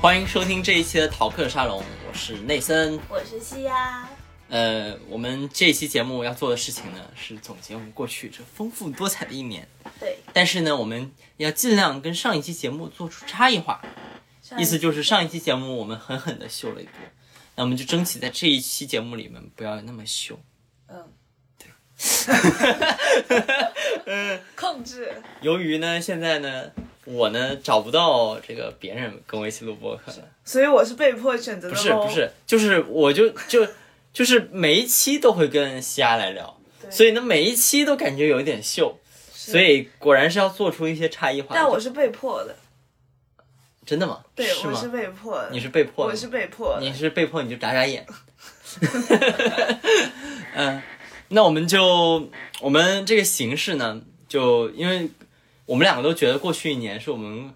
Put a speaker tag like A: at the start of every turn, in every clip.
A: 欢迎收听这一期的逃课沙龙，我是内森。
B: 我是西呀，
A: 呃，我们这一期节目要做的事情呢，是总结我们过去这丰富多彩的一年，
B: 对，
A: 但是呢，我们要尽量跟上一期节目做出差异化。
C: 嗯
A: 意思就是上一期节目我们狠狠的秀了一波，那我们就争取在这一期节目里面不要那么秀。
B: 嗯， 对，控制，
A: 由于呢，现在呢，我呢找不到这个别人跟我一起录播客了，
C: 所以我是被迫选择的
A: 不是不，是，就是我就就就是每一期都会跟西亚来聊，所以呢每一期都感觉有一点秀，所以果然是要做出一些差异化的。
C: 但我是被迫的，
A: 真的吗？
C: 对，
A: 是
C: 我
A: 吗
C: 是？被迫的，
A: 你是被迫的，
C: 我是被迫
A: 你
C: 的，
A: 是被迫你就眨眨 眼。嗯，那我们就我们这个形式呢，就因为我们两个都觉得过去一年是我们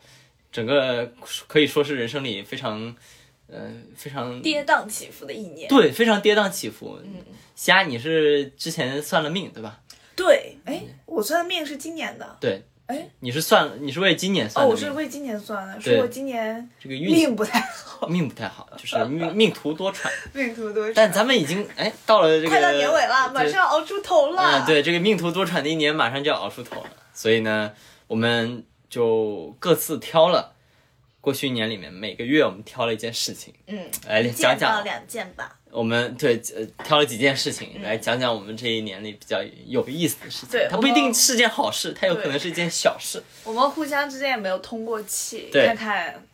A: 整个可以说是人生里非常呃非常
B: 跌宕起伏的一年，
A: 对非常跌宕起伏。嗯，虾你是之前算了命对吧？
C: 对，哎，我算的命是今年的，
A: 对，
C: 哎，
A: 你是算了，你是为今年算
C: 哦，
A: 的
C: 我
A: 命，
C: 是为今年算的，
A: 对
C: 说我今年
A: 这个运气
C: 命不太好，
A: 命不太好，就是命命途多舛。
C: 命途多舛，
A: 但咱们已经哎到了这个
C: 快到年尾了，
A: 对
C: 马上要熬出头了，
A: 啊，，对，这个命途多舛的一年马上就要熬出头了，所以呢，我们就各自挑了过去一年里面每个月我们挑了一件事情
C: 嗯，
A: 来讲
B: 见到
A: 讲
B: 两件吧，
A: 我们对呃挑了几件事情来讲讲我们这一年里比较有意思的事情。
C: 嗯对
A: 它
C: 我
A: 不一定
C: 们
A: 是件好事，它有可能
C: 对
A: 是一件小事。
C: 我们互相之间也没有通过气，
A: 对
C: 看看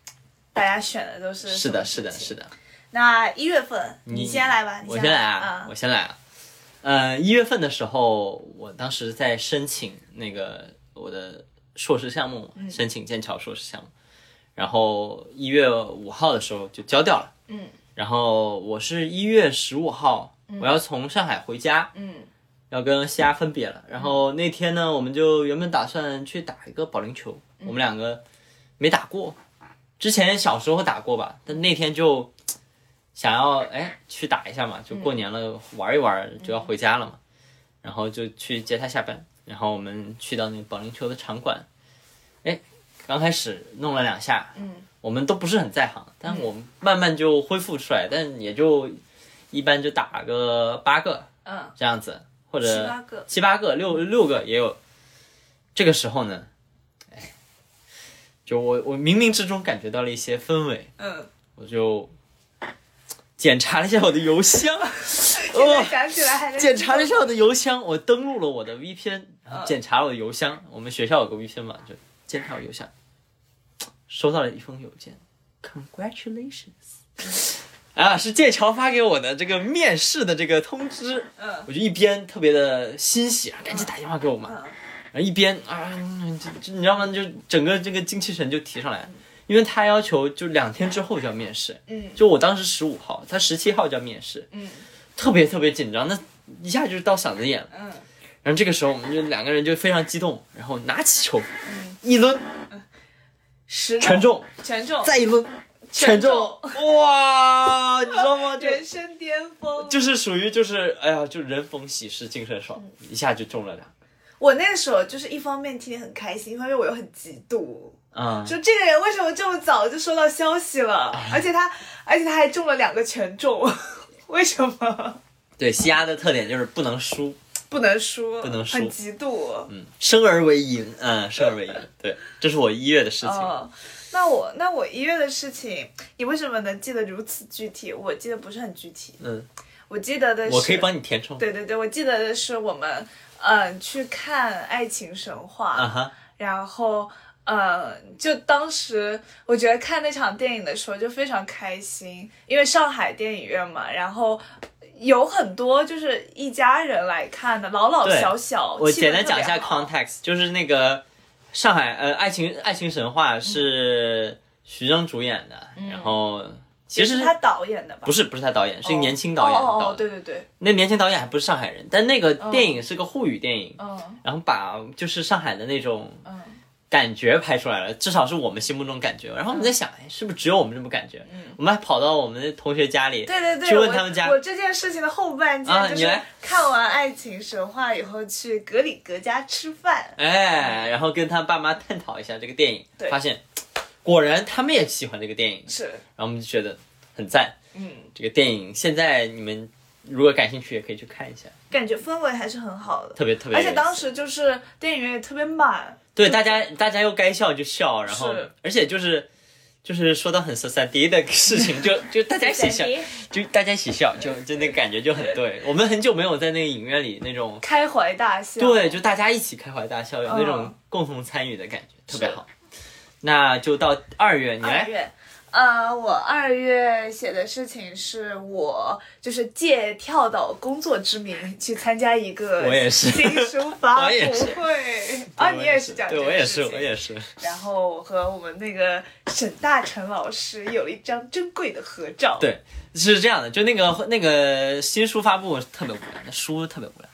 C: 大家选的都是
A: 是的，是的，
C: 什么事情
A: 是的。
C: 那一月份
A: 你
C: 你先来吧，
A: 我
C: 你
A: 先来啊，
C: 啊，
A: 我先来啊。呃，一月份的时候，我当时在申请那个我的硕士项目，
C: 嗯
A: 申请剑桥硕士项目，然后一月五号的时候就交掉了。
C: 嗯，
A: 然后我是一月十五号，我要从上海回家，
C: 嗯
A: 要跟西亚分别了。然后那天呢，我们就原本打算去打一个保龄球，我们两个没打过，之前小时候打过吧，但那天就嘖想要哎去打一下嘛，就过年了玩一玩就要回家了嘛，然后就去接他下班，然后我们去到那个保龄球的场馆，哎，刚开始弄了两下，
C: 嗯，
A: 我们都不是很在行，但我们慢慢就恢复出来，但也就一般就打个八个
C: 嗯，
A: 这样子，或者
C: 七八个
A: 七八个、六六个也有。这个时候呢，哎，就我我冥冥之中感觉到了一些氛围，
C: 嗯，
A: 我就检查了一下我的邮 箱，
C: 现在
A: 哦，
C: 想起来还在
A: 检查了一下我的邮箱，我登录了我的 VPN，然后
C: 啊
A: 检查了我的邮箱，我们学校有个 VPN 嘛，就检查我邮箱，收到了一封邮件，Congratulations，啊， 是剑桥发给我的这个面试的这个通知，
C: 嗯
A: 我就一边特别的欣喜，啊，赶紧打电话给我妈，
C: 嗯
A: 然后一边啊，这这你知道吗？就整个这个精气神就提上来了，因为他要求就两天之后就要面试，
C: 嗯
A: 就我当时十五号，他十七号就要面试，
C: 嗯
A: 特别特别紧张，那一下就是到嗓子眼了。
C: 嗯。
A: 然后这个时候我们就两个人就非常激动，然后拿起球，一抡
C: 十
A: 全中，
C: 全中，
A: 再一抡全
C: 全
A: 中，
C: 中
A: 哇，你知道吗？就
C: 人生巅峰。
A: 就是属于就是哎呀，就人逢喜事精神爽，一下就中了两个。
C: 我那个时候就是一方面替你很开心，一方面我又很嫉妒，
A: 啊、
C: 就这个人为什么这么早就收到消息了，
A: 哎
C: 而且他，而且他还中了两个全中， 为什么
A: 对，西亚的特点就是不能输，
C: 不能输？不
A: 能输
C: 很嫉妒。
A: 嗯，生而为赢，嗯，生而为赢，对，这是我一月的事情。
C: 哦，那我那我一月的事情，你为什么能记得如此具体？我记得不是很具体，
A: 嗯，
C: 我记得的是
A: 我可以帮你填充。
C: 对对对，我记得的是我们嗯、去看《爱情神话》
A: 啊哈，
C: 然后，呃，就当时我觉得看那场电影的时候就非常开心，因为上海电影院嘛，然后有很多就是一家人来看的，老老
A: 对
C: 小小。
A: 我
C: 气氛
A: 简单
C: 特
A: 讲
C: 别
A: 一下
C: 好
A: context，就是那个上海呃，《爱情爱情神
C: 嗯
A: 话》是徐峥主演的，然后其实
C: 是嗯他导演的吧？
A: 不
C: 是
A: 是不是他导演，是一个年轻导演
C: 哦哦
A: 导
C: 哦，
A: 的。
C: 对对对，
A: 那年轻导演还不是上海人，但那个电影是个沪语电影，
C: 嗯
A: 然后把就是上海的那种
C: 嗯
A: 感觉拍出来了，至少是我们心目中感觉。然后我们
C: 嗯
A: 在想，哎，是不是只有我们这么感觉？我们还跑到我们的同学家里，
C: 对对对，
A: 去问他们家
C: 我。我这件事情的后半
A: 啊
C: 件就
A: 你
C: 是
A: 来
C: 看完《爱情神话》以后去格里格家吃饭。
A: 哎哎，然后跟他爸妈探讨一下这个电影，
C: 对
A: 发现果然他们也喜欢这个电影，
C: 是，
A: 然后我们就觉得很赞。
C: 嗯，
A: 这个电影现在你们如果感兴趣，也可以去看一下，
C: 感觉氛围还是很好的，
A: 特别特别有
C: 而
A: 意思。
C: 且当时就是电影院也特别满，
A: 对大家大家又该笑就笑，然后
C: 是
A: 而且就是就是说到很色三 D 的事 情，就就大家一起笑，就大家一起笑，就就那个感觉就很 对。我们很久没有在那个影院里那种
C: 开怀大笑。
A: 对，就大家一起开怀大笑，有那种
C: 嗯
A: 共同参与的感觉，特别
C: 是
A: 好。那就到二月，你
C: 二
A: 来
C: 月，呃，我二月写的事情是我就是借跳岛工作之名去参加一个
A: 我也是
C: 新书发
A: 我也是
C: 布会啊，你也是讲
A: 对
C: 这
A: 我
C: 个
A: 也
C: 事
A: 是，
C: 情
A: 我也是。
C: 然后我和我们那个沈大成老师有了一张珍贵的合照。
A: 对是这样的，就那个那个新书发布特别无聊，那书特别无聊，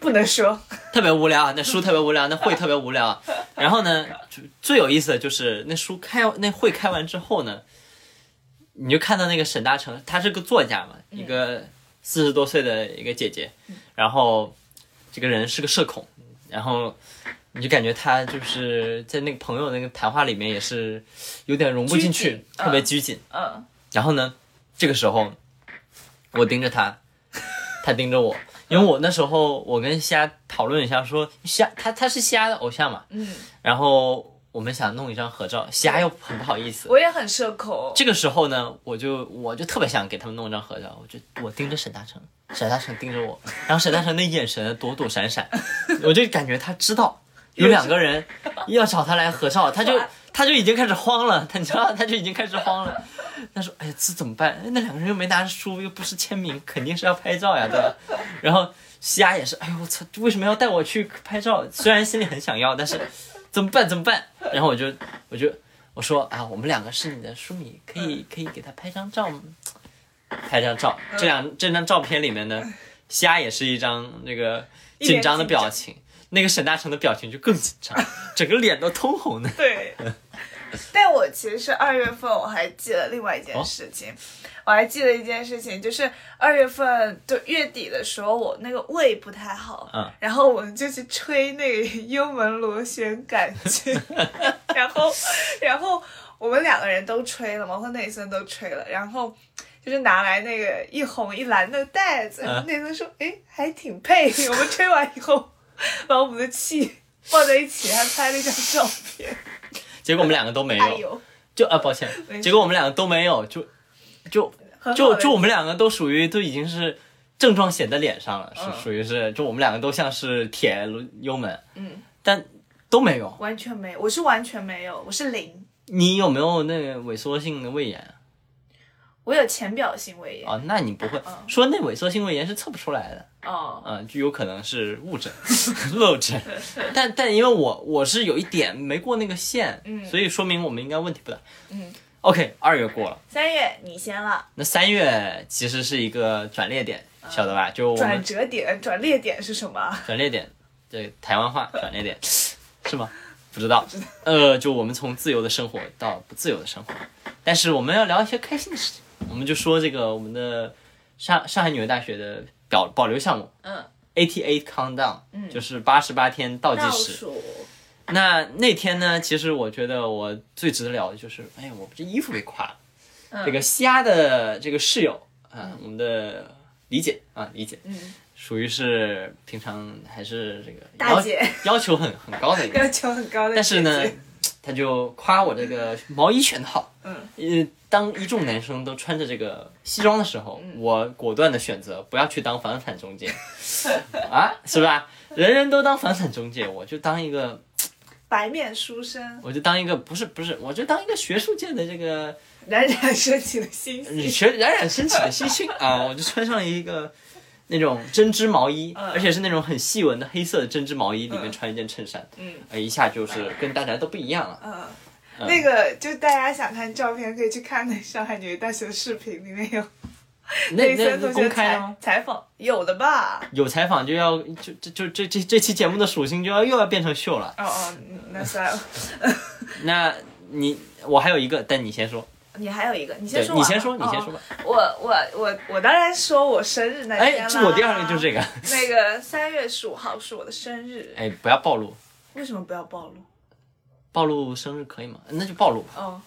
C: 不能说
A: 特别无聊啊，那书特别无聊，那会特别无聊。然后呢，就最有意思的就是那书开那会开完之后呢，你就看到那个沈大成，她是个作家嘛，
C: 嗯
A: 一个四十多岁的一个姐姐，然后这个人是个社恐，然后你就感觉她就是在那个朋友那个谈话里面也是有点融不进
C: 拘
A: 去
C: 谨，
A: 特别
C: 嗯
A: 拘谨。
C: 嗯，
A: 然后呢，这个时候我盯着他，他盯着我，因为我那时候我跟虾讨论一下说，虾他他是虾的偶像嘛，
C: 嗯，
A: 然后我们想弄一张合照，虾又很不好意思。
C: 我也很社恐。
A: 这个时候呢，我就我就特别想给他们弄一张合照，我就我盯着沈大成，沈大成盯着我，然后沈大成那眼神躲躲闪闪，我就感觉他知道有两个人要找他来合照，他就他就已经开始慌了，他你知道，他就已经开始慌了。他说：“哎呀，这怎么办？哎那两个人又没拿着书，又不是签名，肯定是要拍照呀，对吧？”然后西雅也是，哎呦我操，为什么要带我去拍照？虽然心里很想要，但是怎么办？怎么办？然后我就我就我说啊，我们两个是你的书迷，可以可以给他拍张照吗？拍张照，这两这张照片里面呢，虾也是一张那个紧张的表情，那个沈大成的表情就更紧张，整个脸都通红的。
C: 对，但我其实二月份我还记得另外一
A: 哦
C: 件事情，我还记得一件事情，就是二月份就月底的时候，我那个胃不太好，
A: 嗯
C: 然后我们就去吹那个幽门螺旋杆 菌，然后，然后我们两个人都吹了嘛，我和内森都吹了，然后。就是拿来那个一红一蓝的袋子，
A: 嗯
C: 内森说：“哎，还挺配。”我们吹完以后， 把我们的气抱在一起，还拍了一张照片。
A: 结果我们两个都没
C: 哎
A: 有，
C: 呦，
A: 就啊抱歉
C: 没，事
A: 结果我们两个都没有，就就
C: 很好
A: 就
C: 的
A: 就我们两个都属于都已经是症状显在脸上了，
C: 嗯
A: 是属于是就我们两个都像是铁幽门，
C: 嗯，
A: 但都没有。
C: 完全没有，我是完全没有，我是零，
A: 你有没有那个萎缩性的胃炎啊？
C: 我有浅表性胃炎。
A: 啊，那你不会
C: 嗯
A: 说那萎缩性胃炎是测不出来的，
C: 哦，
A: 嗯，就有可能是误诊、 漏 诊。但但因为我我是有一点没过那个线，
C: 嗯
A: 所以说明我们应该问题不大。
C: 嗯
A: ，OK，二月过了，
C: 三月你先了，
A: 那三月其实是一个转捩点，晓得吧？就我
C: 嗯转
A: 们
C: 折点、转捩点是什么？
A: 转捩点，对台湾 话转捩点是吗？不知道，呃，就我们从自由的生活到不自由的生活，但是我们要聊一些开心的事情，我们就说这个我们的上上海女文大学的保保留项目
C: 嗯，
A: ATA countdown，、就是八十八天嗯倒计
B: 倒
A: 时。
B: 数，
A: 那那天呢，其实我觉得我最值得聊的就是，哎呀，我这衣服被夸了。
C: 嗯
A: 这个虾的这个室友啊，我们的理解啊，理解，
C: 嗯，
A: 属于是平常还是这个
C: 大
A: 要
C: 姐
A: 要求很很高的一个人，
C: 要求很高的姐姐，
A: 但是呢，他就夸我这个毛衣选的好。
C: 嗯，
A: 呃，当一众男生都穿着这个西装的时候，
C: 嗯
A: 我果断的选择不要去当反反中 介，啊，是吧？人人都当反反中介，我就当一个，
C: 白面书生
A: 我就当一个，不是不是，我就当一个学术界的这个
C: 冉冉升起了星
A: 你
C: 星，
A: 学冉冉升起的星星 啊！我就穿上一个那种针织毛衣，
C: 嗯
A: 而且是那种很细纹的黑色的针织毛衣，里面穿一件衬衫，
C: 嗯
A: 哎，一下就是跟大家都不一样了。
C: 嗯。那个，就大家想看照片，可以去看那上海女大学的视频，里面有
A: 那那
C: 森
A: 那
C: 同学
A: 公
C: 的
A: 开了吗
C: 采？采访，有的吧？
A: 有采访就要就就就这这这期节目的属性就要又要变成秀了。
C: 哦哦，那算了，
A: 那你我还有一个，但你先说，
C: 你还有一个，你先
A: 对
C: 说完吧，
A: 你先说，你先
C: 哦
A: 说吧。
C: 我我我我当然说我生日那天
A: 哎，
C: 啦。
A: 这我第二个就是这个，
C: 那个三月十五号是我的生日，
A: 哎，不要暴露，
C: 为什么不要暴露？
A: 暴露生日可以吗？那就暴露吧，
C: 哦，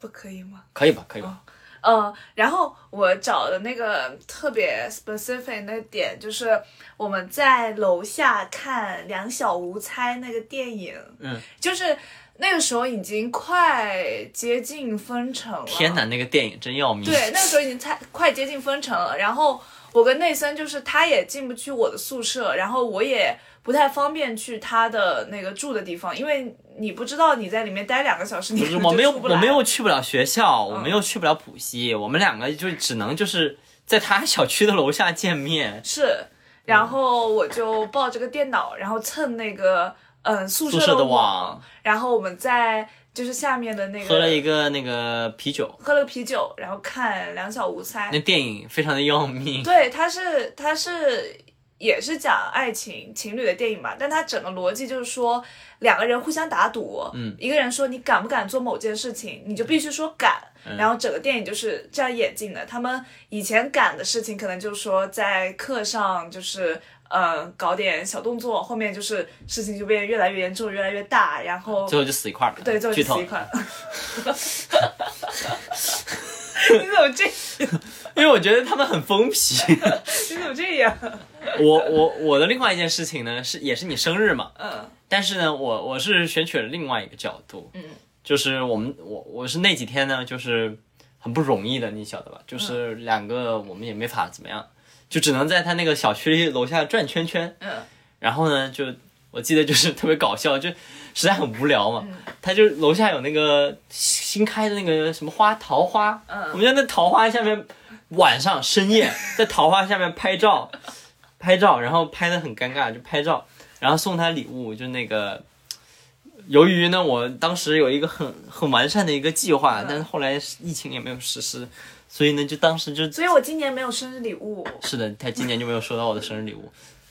C: 不可以吗？
A: 可以吧，可以吧。
C: 嗯，然后我找的那个特别 specific 那点就是我们在楼下看《两小无猜》那个电影，
A: 嗯，
C: 就是那个时候已经快接近封城了。
A: 天哪，那个电影真要命。
C: 对，那个时候已经太快接近封城了。然后我跟内森就是他也进不去我的宿舍，然后我也不太方便去他的那个住的地方，因为你不知道你在里面待两个小时，你
A: 不是，
C: 可能
A: 我
C: 就
A: 们又
C: 出不
A: 我们
C: 来嗯
A: 又去不了学校，我们又去不了浦西，我们两个就只能就是在他小区的楼下见面。
C: 是，然后我就抱着个电脑，然后蹭那个嗯宿舍
A: 宿舍的
C: 网
A: 网，
C: 然后我们在就是下面的那个
A: 喝了一个那个啤酒，
C: 喝了啤酒，然后看《两小无猜
A: 那》。电影非常的要命。
C: 对，它是它是也是讲爱情情侣的电影嘛，但它整个逻辑就是说两个人互相打赌，
A: 嗯
C: 一个人说你敢不敢做某件事情，你就必须说敢。
A: 嗯
C: 然后整个电影就是这样演进的。他们以前敢的事情，可能就是说在课上就是呃搞点小动作，后面就是事情就变得越来越严重，越来越大，然后
A: 最后就死一块儿了，
C: 对，最后
A: 剧
C: 就
A: 透
C: 死一。块。 你怎么这？
A: 因为我觉得他们很疯批。
C: 你怎么这 样？
A: 我我我的另外一件事情呢，是也是你生日嘛，
C: 嗯
A: 但是呢，我我是选取了另外一个角度，
C: 嗯，
A: 就是我们我我是那几天呢，就是很不容易的，你晓得吧？就是
C: 嗯
A: 两个我们也没法怎么样，就只能在他那个小区楼下转圈圈，
C: 嗯，
A: 然后呢，就我记得就是特别搞笑，就实在很无聊
C: 嗯
A: 嘛，他就楼下有那个新开的那个什么花桃花，
C: 嗯
A: 我们在那桃花下面晚上深夜在桃花下面拍照， 拍照，然后拍的很尴尬，就拍照，然后送他礼物，就那个。由于呢，我当时有一个很很完善的一个计
C: 嗯
A: 划，但是后来疫情也没有实施，所以呢，就当时就
C: 所以我今年没有生日礼物。
A: 是的，他今年就没有收到我的生日礼物。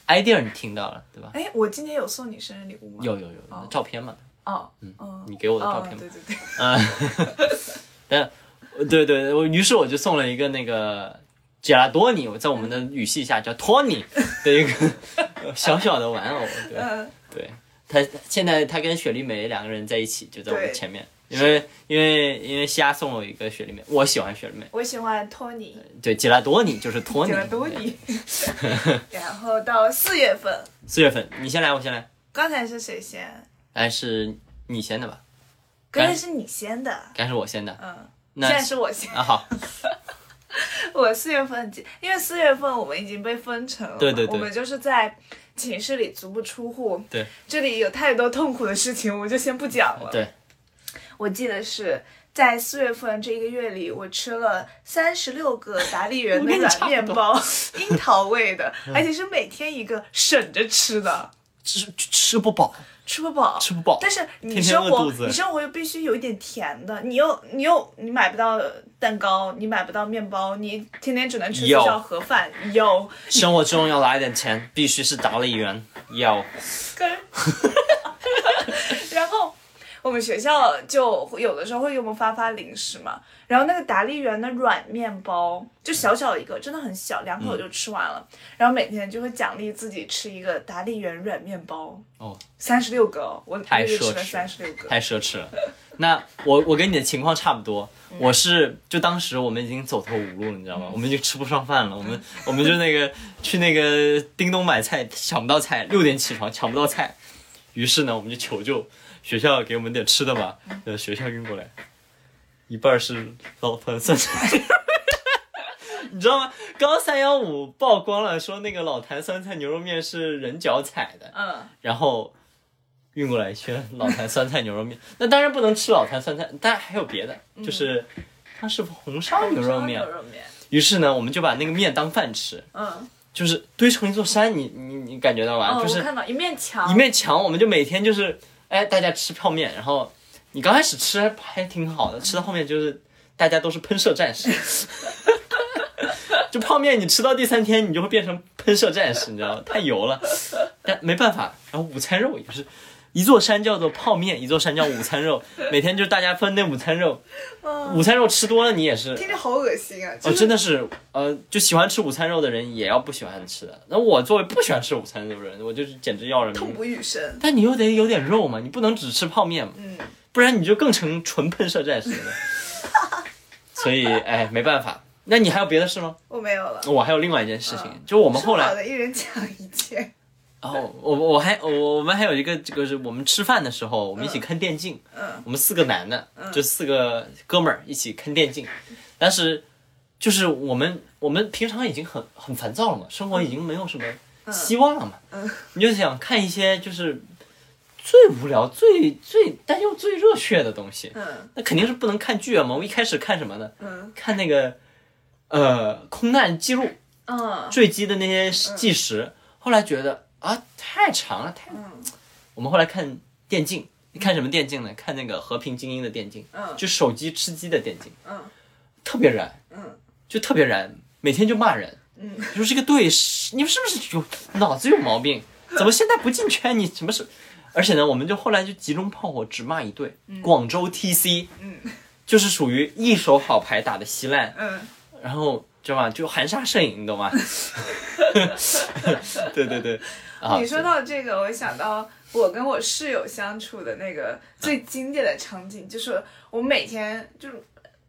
A: idea 你听到了对吧？
C: 哎，我今年有送你生日礼物吗？
A: 有有有照片嘛，
C: 哦，嗯，
A: 你给我的照
C: 哦，
A: 片嘛
C: 对。对对，
A: 对对对，我于是我就送了一个那个杰拉多尼，我在我们的语系下叫托 尼的一个小小的玩偶。对
C: 嗯，
A: 对，他现在他跟雪莉梅两个人在一起，就在我们
C: 对
A: 前面。因为因为因为西亚送了我一个雪莉梅，我喜欢雪莉梅。
C: 我喜欢托尼，
A: 对，杰拉多尼就是托尼。
C: 喜欢多
A: 对。
C: 尼。 然后到四月份，
A: 四月份，你先来，我先来。
C: 刚才是谁先？
A: 哎，是你先的吧？
C: 刚才是你先的，
A: 该是我先的。
C: 嗯，
A: 那
C: 现在是我先。
A: 啊，好，
C: 我四月份进，因为四月份我们已经被分成了嘛，
A: 对对对
C: 我们就是在寝室里足不出户。
A: 对，
C: 这里有太多痛苦的事情，我就先不讲了。
A: 对，
C: 我记得是在四月份这一个月里，我吃了三十六个达利园的软面包， 樱桃味的，
A: 嗯
C: 而且是每天一个，省着吃的，
A: 吃吃不饱，
C: 吃不饱。
A: 吃不饱。
C: 但是你
A: 天天
C: 生
A: 饿
C: 活
A: 肚，子
C: 你生活又必须有一点甜的，你又你又你买不到蛋糕，你买不到面包，你天天只能吃四
A: 有
C: 小盒饭， 有
A: 生活中要来点钱，必须是达利园，要
C: 跟， 然后我们学校就会有的时候会给我们发发零食嘛，然后那个达利园的软面包就小小一个，真的很小，两
A: 嗯
C: 口就吃完了，然后每天就会奖励自己吃一个达利园软面包，
A: 哦，
C: 三十六个哦，我
A: 太
C: 那
A: 奢
C: 个吃了
A: 侈
C: 三十六个，
A: 太奢侈了。那我我跟你的情况差不多，我是就当时我们已经走投无路了，你知道吗？我们已经吃不上饭了，我们我们就那个去那个叮咚买菜，抢不到菜，六点起床抢不到菜，于是呢我们就求救，学校给我们点吃的吧，呃学校运过来，一半儿是老坛酸菜。 你知道吗？刚刚三幺五曝光了，说那个老坛酸菜牛肉面是人脚踩的，
C: 嗯，
A: 然后运过来一圈老坛酸菜牛肉面。那当然不能吃老坛酸菜，但还有别的，就是它是嗯红烧
C: 哦
A: 牛肉面
C: 牛。肉面，
A: 于是呢，我们就把那个面当饭吃，
C: 嗯，
A: 就是堆成一座山，你你你感觉到吧？
C: 哦，
A: 啊就
C: 我
A: 是
C: 看到一面墙，
A: 一面墙，我们就每天就是，哎，大家吃泡面，然后你刚开始吃还还挺好的，吃到后面就是大家都是喷射战士。 就泡面，你吃到第三天，你就会变成喷射战士，你知道吗？太油了，但没办法。然后午餐肉也是，一座山叫做泡面，一座山叫午餐肉，每天就是大家分那午餐肉，午餐肉吃多了你也是，
C: 听着好恶心啊！
A: 哦，
C: 就是
A: 真的是，呃，就喜欢吃午餐肉的人也要不喜欢吃的。那我作为不喜欢吃午餐肉的人，我就是简直要人
C: 痛
A: 命。
C: 不欲生。
A: 但你又得有点肉嘛，你不能只吃泡面嘛，
C: 嗯，
A: 不然你就更成纯喷射战士了。所以，哎，没办法。那你还有别的事吗？
C: 我没有了。
A: 我还有另外一件事情，就我们后
C: 说好
A: 来，
C: 的一人讲一件，
A: 哦，我我还我我们还有一个这个是我们吃饭的时候，我们一起看电竞，
C: 嗯，
A: 我们四个男的，就四个哥们儿一起看电竞，但是就是我们我们平常已经很很烦躁了嘛，生活已经没有什
C: 嗯
A: 么希望了嘛，你就想看一些就是最无聊、最最但又最热血的东西，
C: 嗯
A: 那肯定是不能看剧啊嘛。我一开始看什么呢？
C: 嗯
A: 看那个呃空难记录
C: 嗯
A: 坠机的那些计时，后来觉得啊太长了，太
C: 嗯
A: 我们后来看电竞，看什么电竞呢？看那个《和平精英》的电竞，
C: 嗯
A: 就手机吃鸡的电竞，
C: 嗯
A: 特别燃，
C: 嗯
A: 就特别燃，每天就骂人。
C: 嗯，
A: 你说这个队是，你们是不是有脑子有毛病？怎么现在不进圈？你什么时候？而且呢，我们就后来就集中炮火，只骂一队，广州 TC，
C: 嗯
A: 就是属于一手好牌打的稀烂，
C: 嗯，
A: 然后知道吧？就含沙射影，你懂吗？对对对，啊，
C: 你说到这个，我想到我跟我室友相处的那
A: 啊
C: 个最经典的场景，就是我每天就是。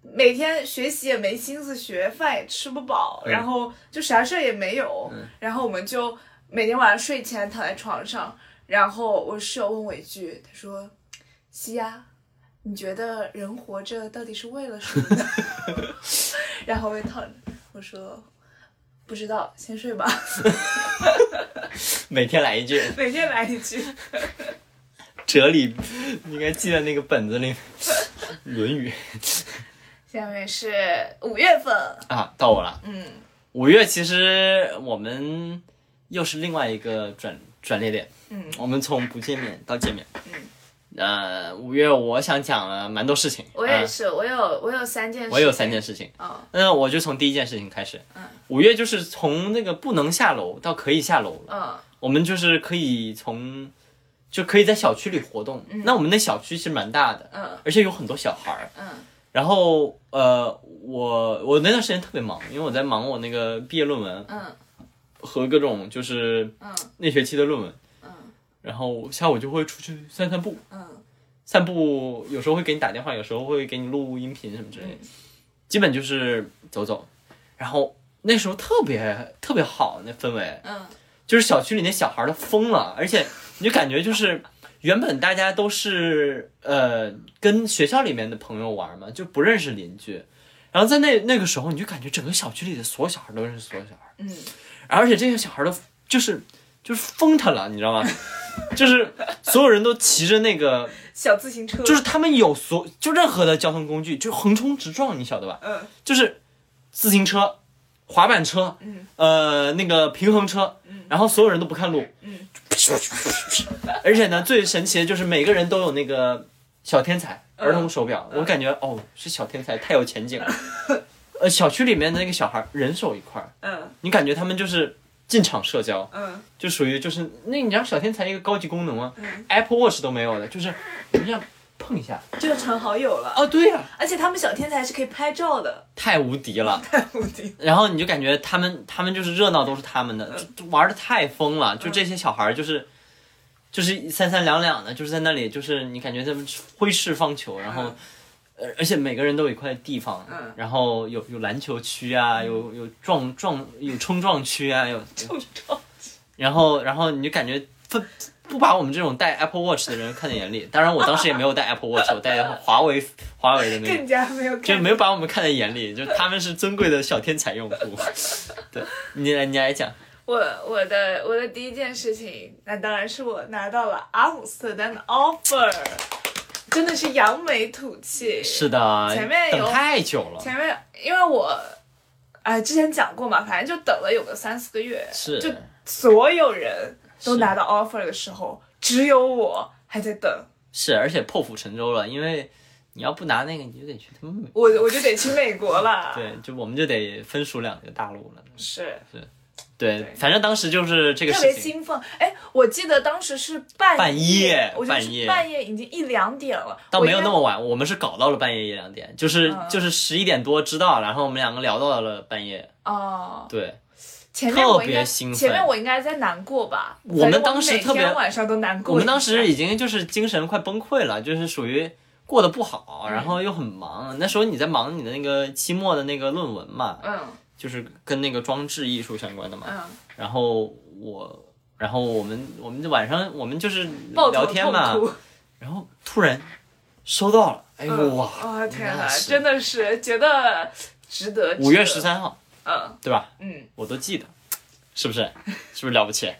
C: 每天学习也没心思学，饭也吃不饱，
A: 嗯
C: 然后就啥事儿也没有，然后我们就每天晚上睡前躺在床上，然后我室友问我一句，他说：“西呀，你觉得人活着到底是为了什么呢？” 然后我也躺着，我说：“不知道，先睡吧。”
A: 每天来一句，
C: 每天来一句。
A: 哲理，你应该记在那个本子里，《论语
C: 下面是五月份，》
A: 啊，到我了。
C: 嗯
A: 五月其实我们又是另外一个转转捩点，
C: 嗯，
A: 我们从不见面到见面。
C: 嗯，
A: 呃，五月我想讲了蛮多事情，
C: 我也
A: 呃
C: 是，我有我有三件事，
A: 我也有三件事情。
C: 哦，
A: 那我就从第一件事情开始。
C: 嗯，
A: 五月就是从那个不能下楼到可以下楼了。
C: 嗯
A: 我们就是可以从，就可以在小区里活动。那我们那小区其实蛮大的，
C: 嗯
A: 而且有很多小孩儿。
C: 嗯
A: 然后呃，我我那段时间特别忙，因为我在忙我那个毕业论文
C: 嗯
A: 和各种就是
C: 嗯
A: 那学期的论文。
C: 嗯
A: 然后下午就会出去散散步，
C: 嗯
A: 散步有时候会给你打电话，有时候会给你录音频什么之类的，
C: 嗯
A: 基本就是走走。然后那时候特别特别好，那氛围
C: 嗯
A: 就是小区里那小孩儿都疯了，而且你就感觉就是原本大家都是呃跟学校里面的朋友玩嘛，就不认识邻居。然后在那那个时候，你就感觉整个小区里的所有小孩都认识所有小孩，
C: 嗯
A: 而且这些小孩都就是就是疯他了，你知道吗？就是所有人都骑着那个，
C: 小自行车，
A: 就是他们有所就任何的交通工具就横冲直撞，你晓得吧？
C: 嗯
A: 就是自行车、滑板车，
C: 嗯
A: 呃，那个平衡车，然后所有人都不看路，
C: 嗯
A: 而且呢，最神奇的就是每个人都有那个小天才儿童手表，我感觉哦，是小天才太有前景了。呃，小区里面的那个小孩儿人手一块儿，
C: 嗯
A: 你感觉他们就是进场社交，
C: 嗯
A: 就属于就是那你知道小天才一个高级功能吗
C: 嗯，
A: ？Apple Watch 都没有的，就是人家碰一下，
C: 就成好友了，
A: 哦，对呀、
C: 而且他们小天才是可以拍照的，
A: 太无敌了。
C: 太无敌，
A: 然后你就感觉他们他们就是热闹都是他们的，就玩的太疯了，就这些小孩儿就是。就是三三两两的，就是在那里，就是你感觉他们挥斥方遒，然后，呃，而且每个人都有一块地方，
C: 嗯
A: 然后有有篮球区啊，有有撞撞有冲撞区啊，有，然后然后你就感觉不不把我们这种戴 Apple Watch 的人看在眼里，当然我当时也没有戴 Apple Watch，我戴华为华为的那个，
C: 更加没有
A: 就
C: 看
A: 没有把我们看在眼里，就他们是尊贵的小天才用户。 对你来，你来讲，
C: 我我的我的第一件事情，那当然是我拿到了阿姆斯特丹的 offer，真的是扬眉吐气，
A: 是的，
C: 前面有
A: 等太久了，
C: 前面因为我，哎，之前讲过嘛，反正就等了有个三四个月，
A: 是
C: 就所有人都拿到 offer 的时候，只有我还在等，
A: 是，而且破釜沉舟了，因为你要不拿那个，你就得去他们啊美，
C: 我 我就得去美国了。，
A: 对，就我们就得分属两个大陆了。
C: 是
A: 是，对，反正当时就是这个
C: 特别
A: 事情。
C: 兴奋。哎，我记得当时是半
A: 半夜
C: 我就是
A: 半夜
C: 半夜已经一两点了，
A: 倒
C: 我
A: 没有
C: 应该
A: 那么晚，我们嗯是搞到了半夜一两点，就是、就是十一点多知道，然后我们两个聊到了半夜。
C: 哦。
A: 对，
C: 前面我
A: 特
C: 应
A: 别
C: 该
A: 兴奋
C: 前面我应该在难过吧？
A: 我们
C: 反正
A: 当时
C: 每
A: 特别
C: 天晚上都难过。
A: 我们当时已经就是精神快崩溃了，就是属于过得不好，
C: 嗯
A: 然后又很忙。那时候你在忙你的那个期末的那个论文嘛，
C: 嗯
A: 就是跟那个装置艺术相关的嘛。
C: 嗯
A: 然后我，然后我们我们晚上我们就是
C: 抱头
A: 聊天嘛
C: 痛，哭
A: 然后突然收到了，哎呦、
C: 嗯
A: 哇！
C: 哦天
A: 那
C: 哪，
A: 是
C: 真的是觉得值得。
A: 五月
C: 值
A: 十
C: 得，
A: 三号，
C: 嗯
A: 对吧？
C: 嗯，
A: 我都记得，是不是？是不是了不起？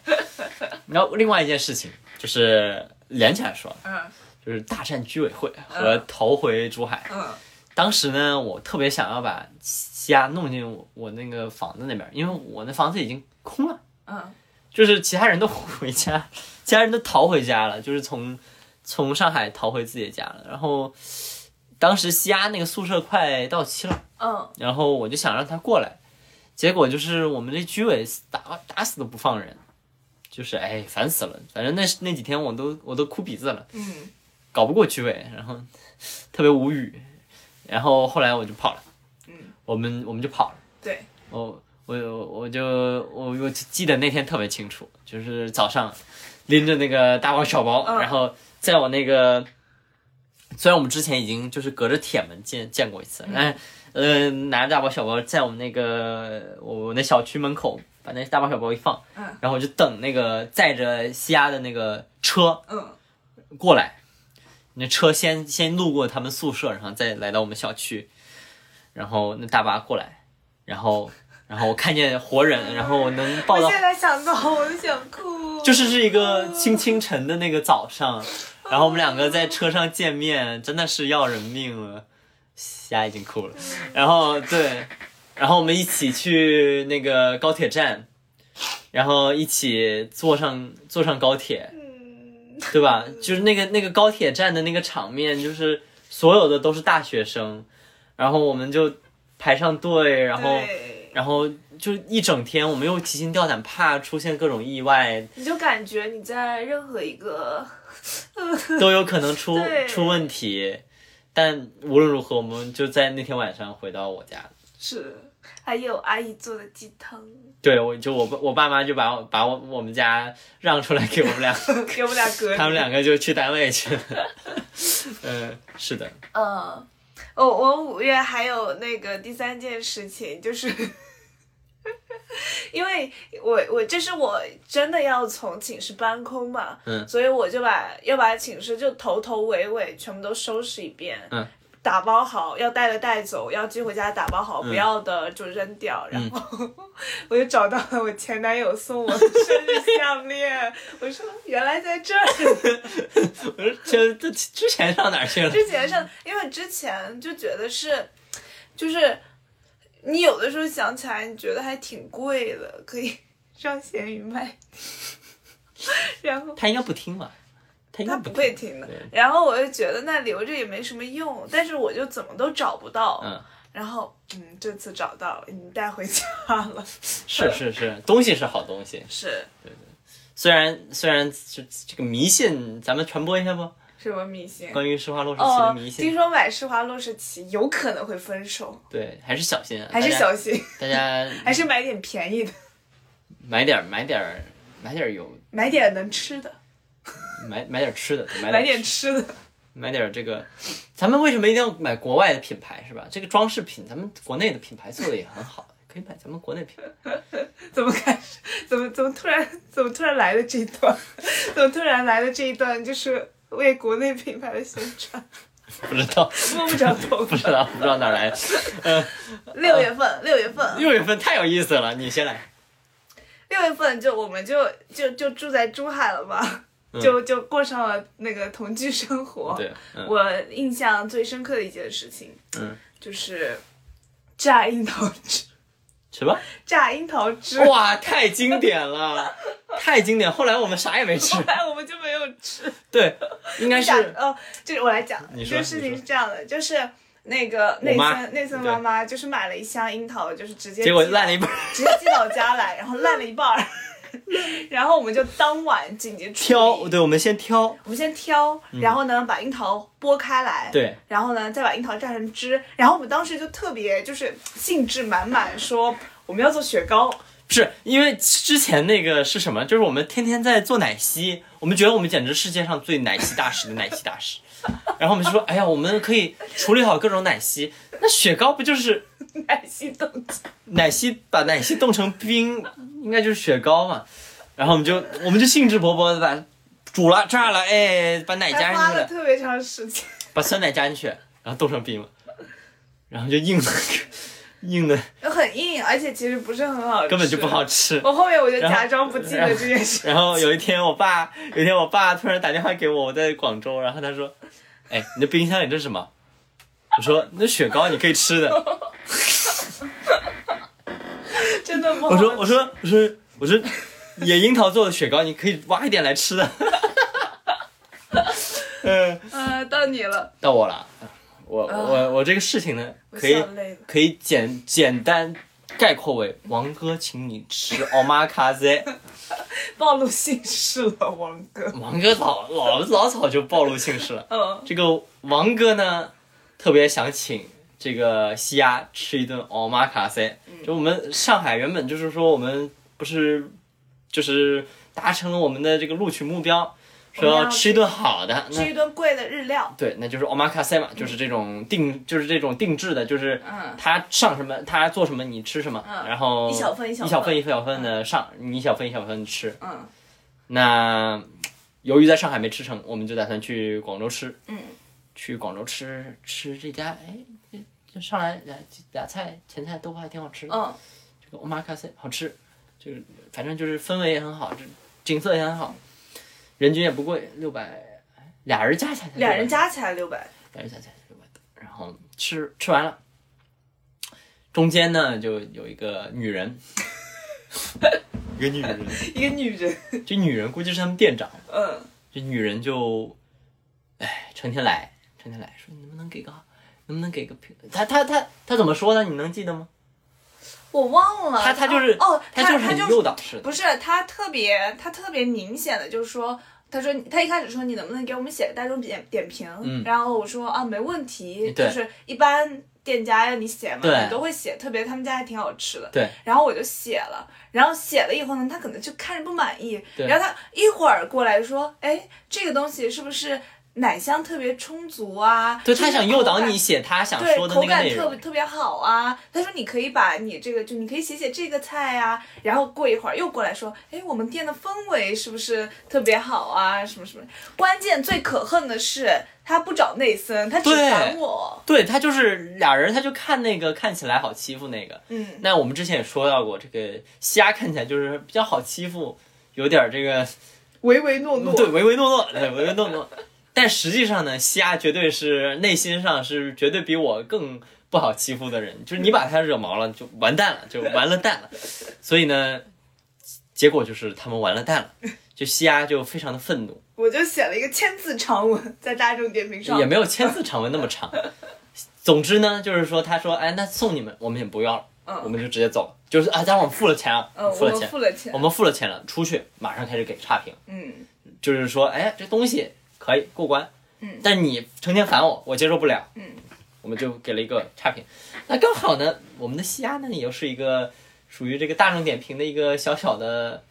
A: 然后另外一件事情就是连起来说，
C: 嗯
A: 就是大战居委会和逃回珠海。
C: 嗯
A: 当时呢，我特别想要把家弄进我我那个房子那边，因为我那房子已经空了，
C: 嗯
A: 就是其他人都 回家，其他人都逃回家了，就是从从上海逃回自己的家了。然后当时西安那个宿舍快到期了。
C: 嗯
A: 然后我就想让他过来，结果就是我们这居委打打死都不放人，就是哎烦死了。反正那那几天我都我都哭鼻子了，
C: 嗯
A: 搞不过居委，然后 特别无语。然后后来我就跑了，
C: 嗯，
A: 我们我们就跑了。
C: 对，
A: 我我我我就我我记得那天特别清楚，就是早上拎着那个大包小包，
C: 嗯
A: 然后在我那个，虽然我们之前已经就是隔着铁门见见过一次，
C: 嗯
A: 但是呃拿着大包小包在我们那个我那小区门口把那大包小包一放，
C: 嗯
A: 然后我就等那个载着西亚的那个车
C: 嗯
A: 过来，那车先先路过他们宿舍，然后再来到我们小区，然后那大巴过来，然后然后我看见活人，然后我能抱
C: 我
A: 到，
C: 现在想到我都想哭。
A: 就是是一个清清晨的那个早上，然后我们两个在车上见面，真的是要人命了，虾已经哭了，然后对，然后我们一起去那个高铁站。然后一起坐上坐上高铁，
C: 嗯
A: 对吧？就是那个那个高铁站的那个场面，就是所有的都是大学生，然后我们就排上队，然后
C: 对
A: 然后就一整天，我们又提心吊胆，怕出现各种意 外，
C: 你就感觉你在任何一个
A: 都有可能出
C: 对
A: 出问题。但无论如何，我们就在那天晚上回到我家。
C: 是，还有阿姨做的鸡 汤，
A: 对，我就我爸我爸妈就把我把我我们家让出来给我们 俩，
C: 给我们俩隔离。
A: 他们两个就去单位去 了。嗯，是 的，
C: 嗯，我我五月还有那个第三件事情，就是因为我我这是我真的要从寝室搬空嘛，
A: 嗯
C: 所以我就把要把寝室就头头尾尾全部都收拾一遍，
A: 嗯。
C: 打包好，要带的带走，要寄回家打包
A: 嗯
C: 好，不要的就扔掉。然后我就找到了我前男友送我的生日项链，我说原来在这儿。
A: 我说这这之前上哪儿去了？
C: 之前上，因为之前就觉得是，就是你有的时候想起来，你觉得还挺贵的，可以 上闲鱼卖。然后
A: 他应该不听吧？他应该
C: 他
A: 不
C: 不会听的
A: 对，
C: 然后我就觉得那留着也没什么用，但是我就怎么都找不到。
A: 嗯，
C: 然后嗯，这次找到了，你带回家了。
A: 是是是，东 西是好东西。
C: 是
A: 虽然虽然这这个迷信，咱们传播一下不？
C: 什么迷信？
A: 关于施华洛世奇的
C: 哦
A: 迷，信，
C: 听说买施华洛世奇有可能会分手，
A: 对，还是小心啊，
C: 还是
A: 大家
C: 小心，
A: 大家
C: 还是买点便宜的，
A: 买点儿买点儿买点儿有
C: 买点能吃的，
A: 买买点儿吃的，买
C: 买
A: 点
C: 点吃的。
A: 买点儿这个。咱们为什么一定要买国外的品牌是吧？这个装饰品，咱们国内的品牌做的也很好，可以买咱们国内品牌。
C: 怎么开始？怎么怎么突然怎么突然来的这一段？怎么突然来的这一段就是为国内品牌的宣传？
A: 不知道
C: 摸不着
A: 不
C: 头
A: 啊
C: 发。
A: 知道不知道哪儿来的。
C: 六月份，六月份，
A: 六月份太有意思了，你先来。
C: 六月份就我们就就就住在珠海了嘛，就就过上了那个同居生活。
A: 嗯对，嗯
C: 我印象最深刻的一件事情，
A: 嗯，
C: 就是榨樱桃汁，
A: 什么？
C: 榨樱桃汁。
A: 哇，太经典了，太经典。后来我们啥也没吃
C: 后，来哎我们就没有吃。
A: 对，应该
C: 讲
A: 是
C: 哦，就是我来讲，
A: 你
C: 这
A: 说
C: 个事
A: 你
C: 情
A: 说
C: 是这样的，就是那个内
A: 妈
C: 森内森妈妈就是买了一箱樱桃，就是直接
A: 结果
C: 寄
A: 烂了一半，
C: 直接寄到家来，然后烂了一半儿， 然后我们就当晚紧急处理
A: 挑，对，我们先挑，
C: 我们先挑，然后呢把樱桃剥开来，
A: 对，
C: 然后呢再把樱桃榨成汁，然后我们当时就特别就是兴致满满，说我们要做雪糕，
A: 不是因为之前那个是什么？就是我们天天在做奶昔，我们觉得我们简直世界上最奶昔大师的奶昔大师。然后我们就说，哎呀，我们可以处理好各种奶昔。那雪糕不就是
C: 耐心等
A: 奶昔把奶昔冻成冰，应该就是雪糕嘛？然后我们就我们就兴致勃勃的把煮了炸了，哎，把奶加
C: 还
A: 进
C: 花
A: 去
C: 了
A: 了，
C: 特别长时间。
A: 把酸奶加进去，然后冻成冰了，然后就硬的硬的
C: 很硬，而且其实不是很好吃，
A: 根本就不好。吃。
C: 我后面我就
A: 然后
C: 假装不记得这件 事。
A: 然后有一天，我爸有一天我爸突然打电话给我，我在广州，然后他说：“哎，你的冰箱里这是什么？”我说：“那雪糕你可以吃的。
C: 真的不”好
A: 我
C: 吃。
A: 说：“我说我说我说，野樱桃做的雪糕你可以挖一点来吃的。” 嗯，
C: 呃，到你了，
A: 到我了，我我我这个事情呢，可以
C: 笑累了
A: 可以简简单概括为王哥请你吃 omakase。
C: 暴露姓氏了，王哥。
A: 王哥老老老早就暴露姓氏了。
C: 嗯，
A: 这个王哥呢，特别想请这个西亚吃一顿 omakase。就我们上海原本就是说我们不是就是达成了我们的这个录取目标，说
C: 我们
A: 要
C: 要
A: 吃一顿好的。
C: 吃
A: 那
C: 一顿贵的日料。
A: 对，那就是 omakase 嘛，就是这种定，就是这种定制的，就是
C: 嗯
A: 他上什么，他做什么你吃什么，
C: 嗯
A: 然后
C: 一小份嗯一小
A: 一小
C: 份
A: 份一小份的上，你一小份一小份的吃。
C: 嗯
A: 那由于在上海没吃成，我们就打算去广州吃。
C: 嗯，
A: 去广州吃吃这家，哎，就上来俩俩菜前菜都还挺好吃的，
C: 嗯，
A: 这个 omakase 好吃，就是反正就是氛围也很好，这景色也很好，人均也不贵，六百，俩人加起来才600，
C: 俩人加起来六百。
A: 俩人加起来六百多，然后吃吃完了。中间呢，就有一个女人，一个女人，
C: 一个女人。
A: 这女人估计是他们店长，
C: 嗯，
A: 这女人就，哎，成天来，成天来说，你能不能给个，能不能给个评？她她她她怎么说呢？你能记得吗？
C: 我忘了。
A: 她她就是，
C: 哦，
A: 她
C: 他
A: 就是
C: 他
A: 很
C: 就
A: 诱导式的，
C: 不是他特别他特别明显的就是说。他说，他一开始说你能不能给我们写个大众点点评？
A: 嗯
C: 然后我说啊，没问题，
A: 对
C: 就是一般店家要你写嘛，
A: 对
C: 你都会写，特别他们家还挺好吃的。
A: 对，
C: 然后我就写了，然后写了以后呢，他可能就看着不满意，
A: 对
C: 然后他一会儿过来说，哎，这个东西是不是奶香特别充足啊？
A: 对
C: 就是
A: 她想诱导
C: 口感
A: 你。写她想
C: 对，
A: 说的
C: 口
A: 那个
C: 感
A: 内
C: 特别
A: 容，
C: 特别好啊！他说你可以把你这个，就你可以写写这个菜啊。然后过一会儿又过来说，哎，我们店的氛围是不是特别好啊？什么什么？关键最可恨的是他不找内森，他只
A: 对
C: 烦我。
A: 对她就是俩人，她就看那个看起来好欺负那个。
C: 嗯，
A: 那我们之前也说到过，这个虾看起来就是比较好欺负，有点这个
C: 唯唯诺诺。
A: 对，唯唯诺诺，对，唯唯诺诺。但实际上呢，虾绝对是内心上是绝对比我更不好欺负的人，就是你把他惹毛了，就完蛋了，就完了蛋了。所以呢，结果就是他们完了蛋了，就虾就非常的愤怒，
C: 我就写了一个千字长文在大众点评上
A: 也，没有千字长文那么长。总之呢，就是说他说，哎，那送你们，我们也不要了，
C: 嗯
A: 我们就直接走了。就是啊，但是我们付了钱啊，
C: 呃，
A: 付
C: 我
A: 了
C: 们
A: 钱，
C: 付了钱
A: 我，们付了钱了，出去马上开始给差评。
C: 嗯，
A: 就是说，哎，这东西可以过关，
C: 嗯
A: 但你成天烦我，我接受不了，
C: 嗯，
A: 我们就给了一个差评。那刚好呢，我们的西安呢，也是一个属于这个大众点评的一个小小的，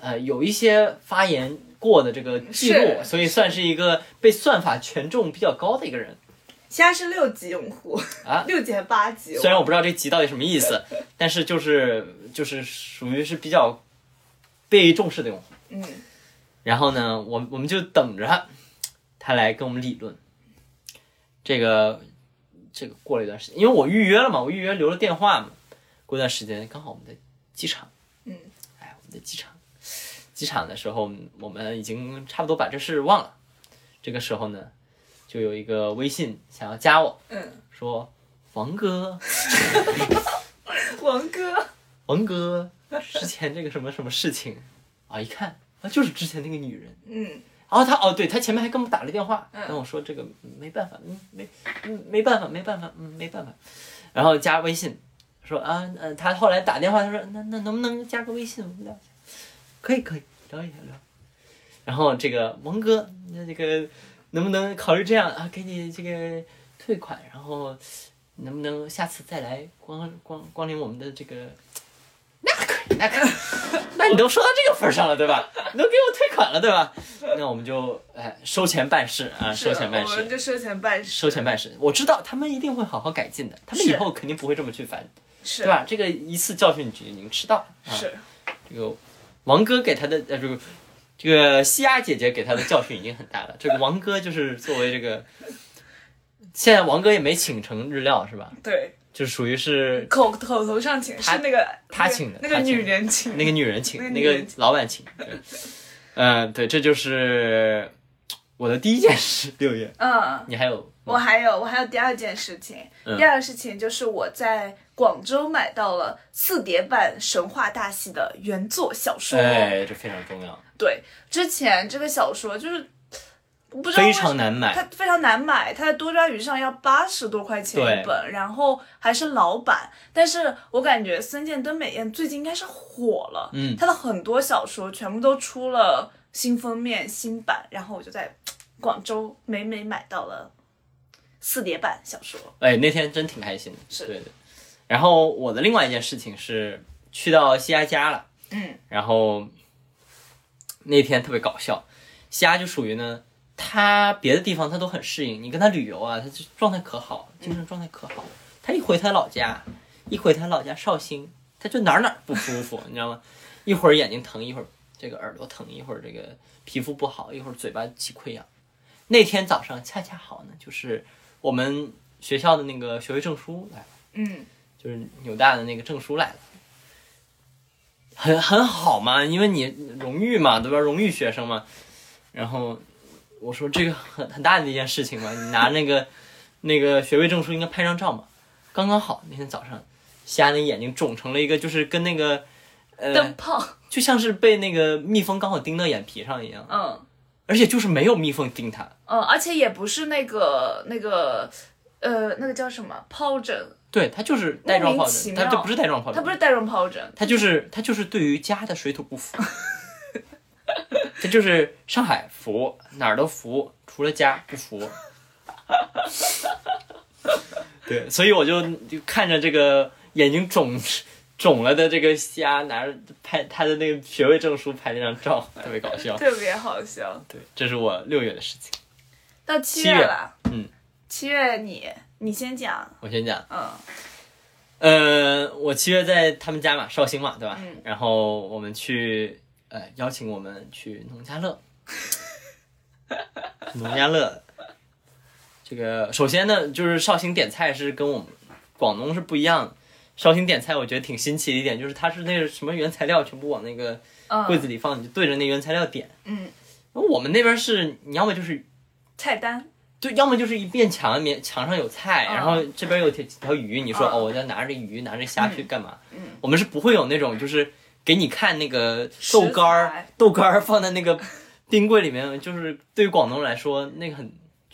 A: 呃，有一些发言过的这个记录，
C: 是
A: 所以算是一个被算法权重比较高的一个人。
C: 其他是六级用户
A: 啊
C: 六级还八级，
A: 虽然我不知道这集到底什么意思，但是就是就是属于是比较被重视的用户。
C: 嗯，
A: 然后呢，我我们就等着他他来跟我们理论。这个这个过了一段时间，因为我预约了嘛，我预约留了电话嘛。过一段时间，刚好我们在机场，
C: 嗯，
A: 哎，我们在机场，机场的时候，我们已经差不多把这事忘了。这个时候呢，就有一个微信想要加我，
C: 嗯，
A: 说王哥，
C: 王哥，
A: 王哥，之前这个什么什么事情啊，一看啊，就是之前那个女人。
C: 嗯，
A: 然后他哦，对他前面还跟我们打了电话，跟我说这个没办法，嗯，没，嗯，没办法，没办法，嗯，没办法。然后加微信，说啊，呃，他后来打电话，他说那那能不能加个微信，我们聊一下？可以可以，聊一下聊。然后这个王哥，那这个能不能考虑这样啊？给你这个退款，然后能不能下次再来光光光临我们的这个？那可以，那可以， 那你都说到这个份儿上了，对吧？你都给我退款了，对吧？那我们就哎收钱办事啊，收钱办
C: 我们
A: 事，
C: 就收钱办事，
A: 收钱办事。我知道他们一定会好好改进的，他们以
C: 是
A: 后肯定不会这么去烦，
C: 是
A: 对吧？这个一次教训你已经吃到了。啊、
C: 是，
A: 这个王哥给他的呃，这个这个西雅姐姐给他的教训已经很大了。这个王哥就是作为这个，现在王哥也没请成日料是吧？
C: 对，
A: 就属于是
C: 口口头上请
A: 他
C: 是那个
A: 他
C: 那个
A: 请的
C: 那个
A: 他请的
C: 女人请
A: 那个女人请，那
C: 那个女
A: 个
C: 人
A: 老板请。对，呃，对，这就是我的第一件事。六月，
C: 嗯。
A: 你还有
C: 我还有，我还有第二件事情。
A: 嗯
C: 第二个事情就是我在广州买到了四叠半神话大戏的原作小说。
A: 哎，这非常重要，
C: 对，之前这个小说就是不知道为
A: 非
C: 什
A: 常难买。
C: 它非常难买，它在多抓鱼上要八十多块钱
A: 对
C: 一本，然后还是老版。但是我感觉森见登美彦最近应该是火了，
A: 嗯
C: 他的很多小说全部都出了新封面、新版，然后我就在广州每每买到了四叠版小说。
A: 哎，那天真挺开心的，
C: 是
A: 对的。然后我的另外一件事情是去到西丫家了，
C: 嗯，
A: 然后那天特别搞笑，西丫就属于呢，他别的地方他都很适应，你跟他旅游啊，他就状态可好，精神状态可好。他一回他老家，一回他老家绍兴，他就哪儿哪儿不舒服，你知道吗？一会儿眼睛疼，一会儿这个耳朵疼，一会儿这个皮肤不好，一会儿嘴巴起溃疡。那天早上恰恰好呢，就是我们学校的那个学位证书来了，
C: 嗯，
A: 就是纽大的那个证书来了，很很好嘛，因为你荣誉嘛，对吧？荣誉学生嘛。然后我说这个很很大的一件事情嘛，你拿那个那个学位证书应该拍张照嘛，刚刚好。那天早上，瞎的眼睛肿成了一个，就是跟那个呃
C: 灯，泡，
A: 就像是被那个蜜蜂刚好叮到眼皮上一样，
C: 嗯
A: 而且就是没有蜜蜂叮它。
C: 嗯，而且也不是那个那个呃那个叫什么疱疹，
A: 对，它就是带状
C: 莫
A: 疱
C: 名其
A: 疹，
C: 妙
A: 它这不是带状疱疹，
C: 它不是带状疱疹，
A: 他就是他就是对于家的水土不服，他就是上海服哪儿都服，除了家不服。对，所以我就就看着这个眼睛肿肿了的这个虾，拿着拍他的那个学位证书拍那张照，特别搞笑。
C: 特别好笑。
A: 对，这是我六月的事情。
C: 到七
A: 七月
C: 月了，
A: 嗯，
C: 七月你你先讲，
A: 我先讲，
C: 嗯
A: 呃，我七月在他们家嘛，绍兴嘛，对吧？然后我们去，呃，邀请我们去农家乐。 农家乐，这个首先呢，就是绍兴点菜是跟我们广东是不一样的。绍兴点菜我觉得挺新奇的一点，就是它是那个什么原材料全部往那个柜
C: 嗯
A: 子里放，你就对着那原材料点。
C: 嗯，
A: 然后我们那边是，你要么就是
C: 菜单，
A: 就要么就是一面墙，面墙上有菜，
C: 嗯
A: 然后这边有几几条鱼，你说、
C: 嗯
A: 哦，我要拿着鱼，拿着虾去干嘛？
C: 嗯
A: 我们是不会有那种就是给你看那个豆干
C: 食
A: 儿
C: 材，
A: 豆干儿放在那个 冰柜里面，就是对于广东来说，那个很，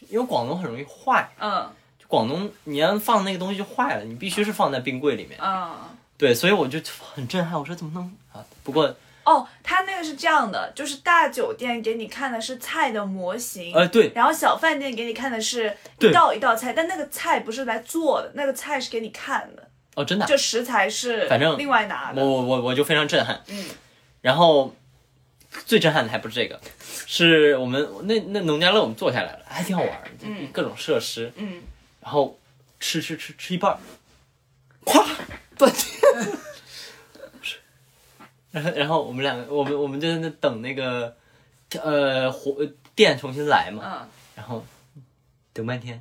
A: 因为广东很容易坏，
C: 嗯
A: 就广东你要放那个东西就坏了，你必须是放在冰柜里面。
C: 嗯。
A: 对，所以我就很震撼，我说怎么能啊？不过
C: 哦，它那个是这样的，就是大酒店给你看的是菜的模型，
A: 呃，对
C: 然后小饭店给你看的是
A: 对
C: 一道一道菜，但那个菜不是来做的，那个菜是给你看的，
A: 哦，真的啊，
C: 就食材是
A: 反正
C: 另外拿
A: 我
C: 的。
A: 我我我就非常震撼。
C: 嗯，
A: 然后最震撼的还不是这个，是我们那那农家乐我们坐下来了，还挺好玩儿，
C: 嗯
A: 各种设施，
C: 嗯，
A: 然后吃吃吃吃一半儿，咵断电。 然后然后我们两个，我们我们就在那等那个呃火电重新来嘛，
C: 嗯
A: 然后等半天，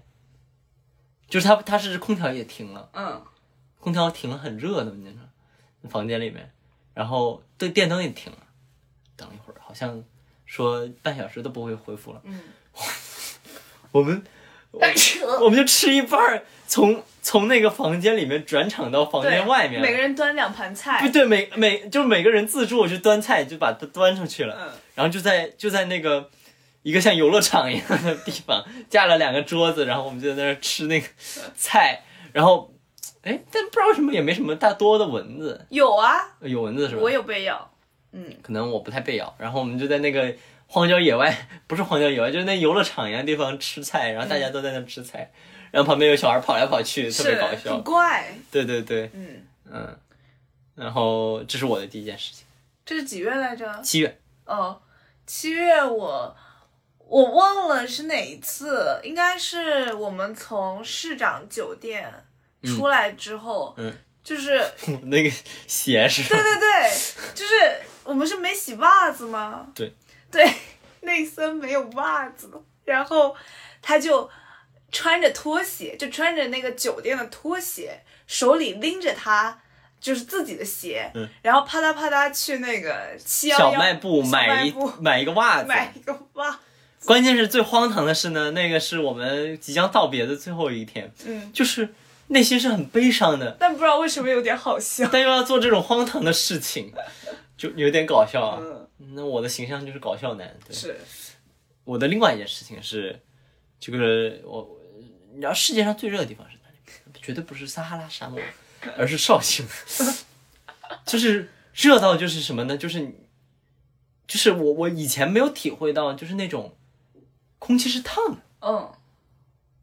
A: 就是它它是空调也停了。
C: 嗯
A: 空调停了，很热的，你知道吗，房间里面，然后对电灯也停了，等了一会儿，好像说半小时都不会恢复了。
C: 嗯，
A: 我们我们就吃一半儿，从从那个房间里面转场到房
C: 对，
A: 间外面了，
C: 每个人端两盘
A: 不
C: 菜，
A: 对，每每就是每个人自助去端菜，就把它端出去了，
C: 嗯
A: 然后就在就在那个一个像游乐场一样的地方，架了两个桌子，然后我们就在那儿吃那个菜，然后，哎，但不知道为什么也没什么大多的蚊子，
C: 有啊，
A: 有蚊子是吧？
C: 我有被咬。
A: 可能我不太被咬，然后我们就在那个荒郊野外， 不是荒郊野外，就是那游乐场一样的地方吃菜，然后大家都在那吃菜，然后旁边有小孩跑来跑去，特别
C: 是
A: 搞
C: 很
A: 笑。
C: 怪。
A: 对对对，
C: 嗯，
A: 嗯，然后这是我的第一件事情。
C: 这是几月来着？
A: 七月，
C: 哦，七月我我忘了是哪一次了，应该是我们从市长酒店出来之后，
A: 嗯
C: 就是
A: 我那个鞋是吧
C: 对对对，就是我们是没洗袜子吗？
A: 对
C: 对，内森没有袜子，然后他就穿着拖鞋，就穿着那个酒店的拖鞋，手里拎着他。就是自己的鞋，
A: 嗯
C: 然后啪嗒啪嗒去那个七幺幺
A: 小卖部买
C: 卖
A: 一
C: 部
A: 买一个袜子，
C: 买一个袜，
A: 关键是最荒唐的是呢，那个是我们即将道别的最后一天，
C: 嗯，
A: 就是内心是很悲伤的，
C: 但不知道为什么有点好笑。
A: 但又要做这种荒唐的事情，就有点搞笑啊。
C: 嗯，
A: 那我的形象就是搞笑男。对，
C: 是，
A: 我的另外一件事情是，这个我，你知道世界上最热的地方是哪里？绝对不是撒哈拉沙漠，而是绍兴， 就是热到就是什么呢？就是你，就是我我以前没有体会到，就是那种空气是烫的。
C: 嗯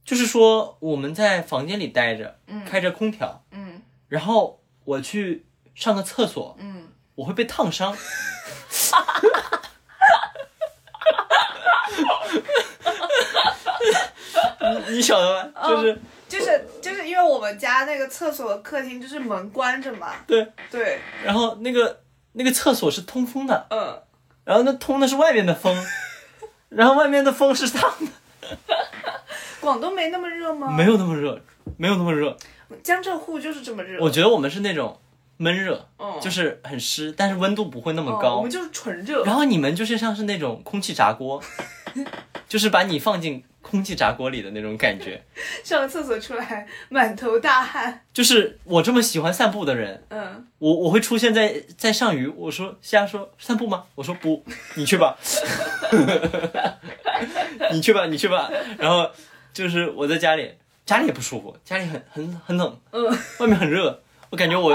A: 就是说我们在房间里待着，开着空调，
C: 嗯
A: 然后我去上个厕所，
C: 嗯，
A: 我会被烫 伤。你你晓得
C: 嗯
A: 吧？就是、
C: 就是就是因为我们家那个厕所和客厅就是门关着嘛，
A: 对，
C: 对，
A: 然后那个那个厕所是通风的，
C: 嗯，
A: 然后那通的是外面的风，然后外面的风是烫的，
C: 广东没那么热吗？
A: 没，有那么热，没有那么热。
C: 江浙沪就是这么热。
A: 我觉得我们是那种闷热，
C: 嗯
A: 就是很湿，但是温度不会那么
C: 嗯
A: 高。
C: 我们就是纯热。
A: 然后你们就是像是那种空气炸锅， 就是把你放进空气炸锅里的那种感觉。
C: 上了厕所出来满头大汗，
A: 就是我这么喜欢散步的人，
C: 嗯，
A: 我我会出现在在上虞。我说虾说散步吗？我说不，你去吧， 你去吧，你去吧。然后就是我在家里，家里也不舒服，家里很很很冷，
C: 嗯，
A: 外面很热，我感觉我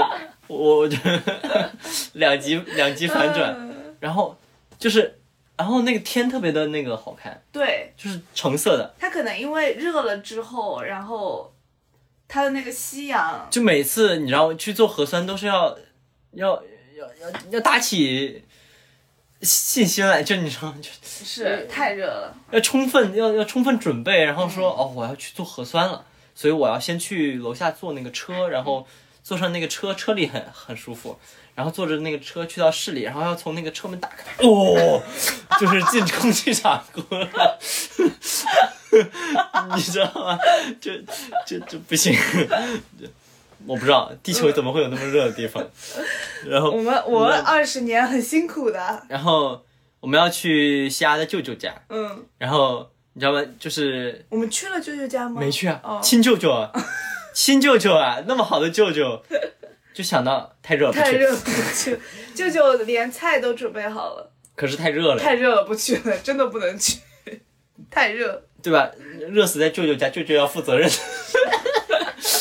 A: 我 我就两极两极反转。
C: 嗯
A: 然后就是，然后那个天特别的那个好看。
C: 对，
A: 就是橙色的。
C: 它可能因为热了之后，然后它的那个夕阳，
A: 就每次你知道去做核酸都是要要要要要打起信心来，就你知道就是
C: 太热了，
A: 要充分要要充分准备，然后说、哦我要去做核酸了，所以我要先去楼下坐那个车，然后坐上那个车，车里很很舒服。然后坐着那个车去到市里，然后要从那个车门打开，哦，就是进空气炸锅 了，你知道吗？这这这不行，这我不知道地球怎么会有那么热的地方。然后
C: 我们我们二十年很辛苦的，
A: 然后我们要去西丫的舅舅家，
C: 嗯，
A: 然后你知道吗？就是
C: 我们去了舅舅家吗？
A: 没去啊，
C: 哦
A: 亲舅舅啊，亲舅舅啊，那么好的舅舅，就想到太热了不
C: 太
A: 去，
C: 热了，不去。舅舅连菜都准备好了，
A: 可是太热了，
C: 太热了，不去了，真的不能去， 太热。
A: 对吧？热死在舅舅家，舅舅要负责任。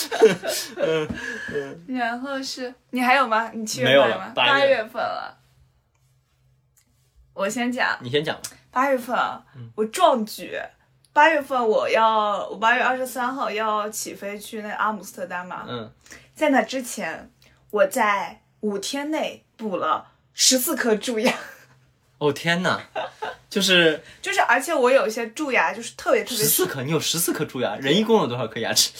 C: 然后是你还有吗？你七
A: 没
C: 月
A: 有
C: 份
A: 了
C: 吗？
A: 八
C: 八
A: 月
C: 月份了。我先讲
A: 你先讲吧，
C: 八月份啊，
A: 嗯
C: 我壮举。八月份我要，我八月二十三号要起飞去那个阿姆斯特丹嘛。
A: 嗯，
C: 在那之前，我在五天内补了十四颗蛀牙，
A: 哦天哪，就是
C: 就是而且我有一些蛀牙就是特别特
A: 十
C: 别
A: 四颗，你有十四颗蛀牙，人一共有多少颗牙齿？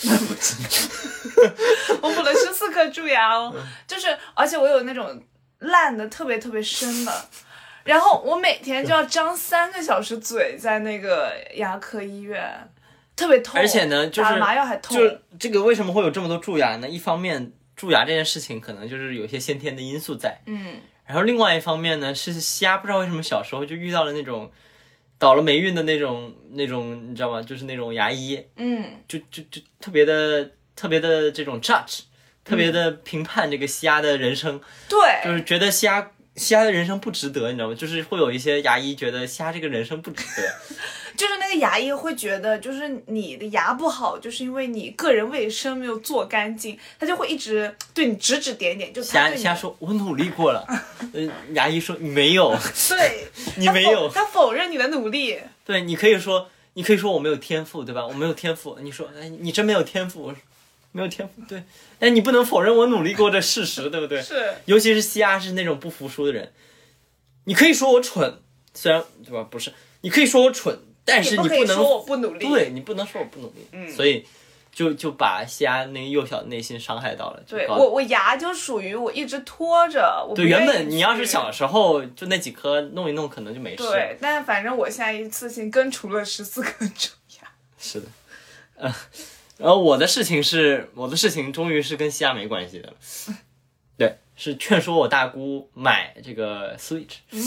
C: 我补了十四颗蛀牙哦，
A: 嗯
C: 就是而且我有那种烂的特别特别深的，然后我每天就要张三个小时嘴在那个牙科医院，特别痛，
A: 而且呢，就
C: 打
A: 是
C: 了麻药还痛
A: 就，是这个为什么会有这么多蛀牙呢？一方面，蛀牙这件事情可能就是有一些先天的因素在，
C: 嗯，
A: 然后另外一方面呢，是虾不知道为什么小时候就遇到了那种倒了霉运的那种那种，你知道吗？就是那种牙医，
C: 嗯，
A: 就就就特别的特别的这种 judge，特别的评判这个虾的人生，
C: 对，
A: 就是觉得虾嘻哈的人生不值得，你知道吗？就是会有一些牙医觉得嘻哈这个人生不值得，
C: 就是那个牙医会觉得，就是你的牙不好，就是因为你个人卫生没有做干净，他就会一直对你指指点点，就
A: 嘻
C: 他
A: 哈
C: 对
A: 嘻
C: 你
A: 哈说我努力过了，嗯，牙医说你没有，
C: 对，
A: 你
C: 他
A: 没
C: 否
A: 有，
C: 他否认你的努力，
A: 对你可以说你可以说我没有天赋，对吧？我没有天赋，你说哎你真没有天赋，我说没有天赋，对，但你不能否认我努力过这事实，对不对？
C: 是
A: 尤其是西亚是那种不服输的人，你可以说我蠢，虽然对吧？不是，你可以说我蠢，但是
C: 你
A: 你
C: 可以
A: 能
C: 说我不努力，嗯
A: 对你不能说我不努力，所以就就把西亚那个幼小的内心伤害到了。就
C: 对
A: 搞
C: 我我牙就属于我一直拖着，我不
A: 对原
C: 愿意
A: 本你要是
C: 去
A: 小时候就那几颗弄一弄，可能就没事。
C: 对，但反正我现在一次性根除了十四根蛀牙，
A: 是的，呃，然后我的事情是我的事情，终于是跟西亚没关系的了。对，是劝说我大姑买这个 Switch。嗯，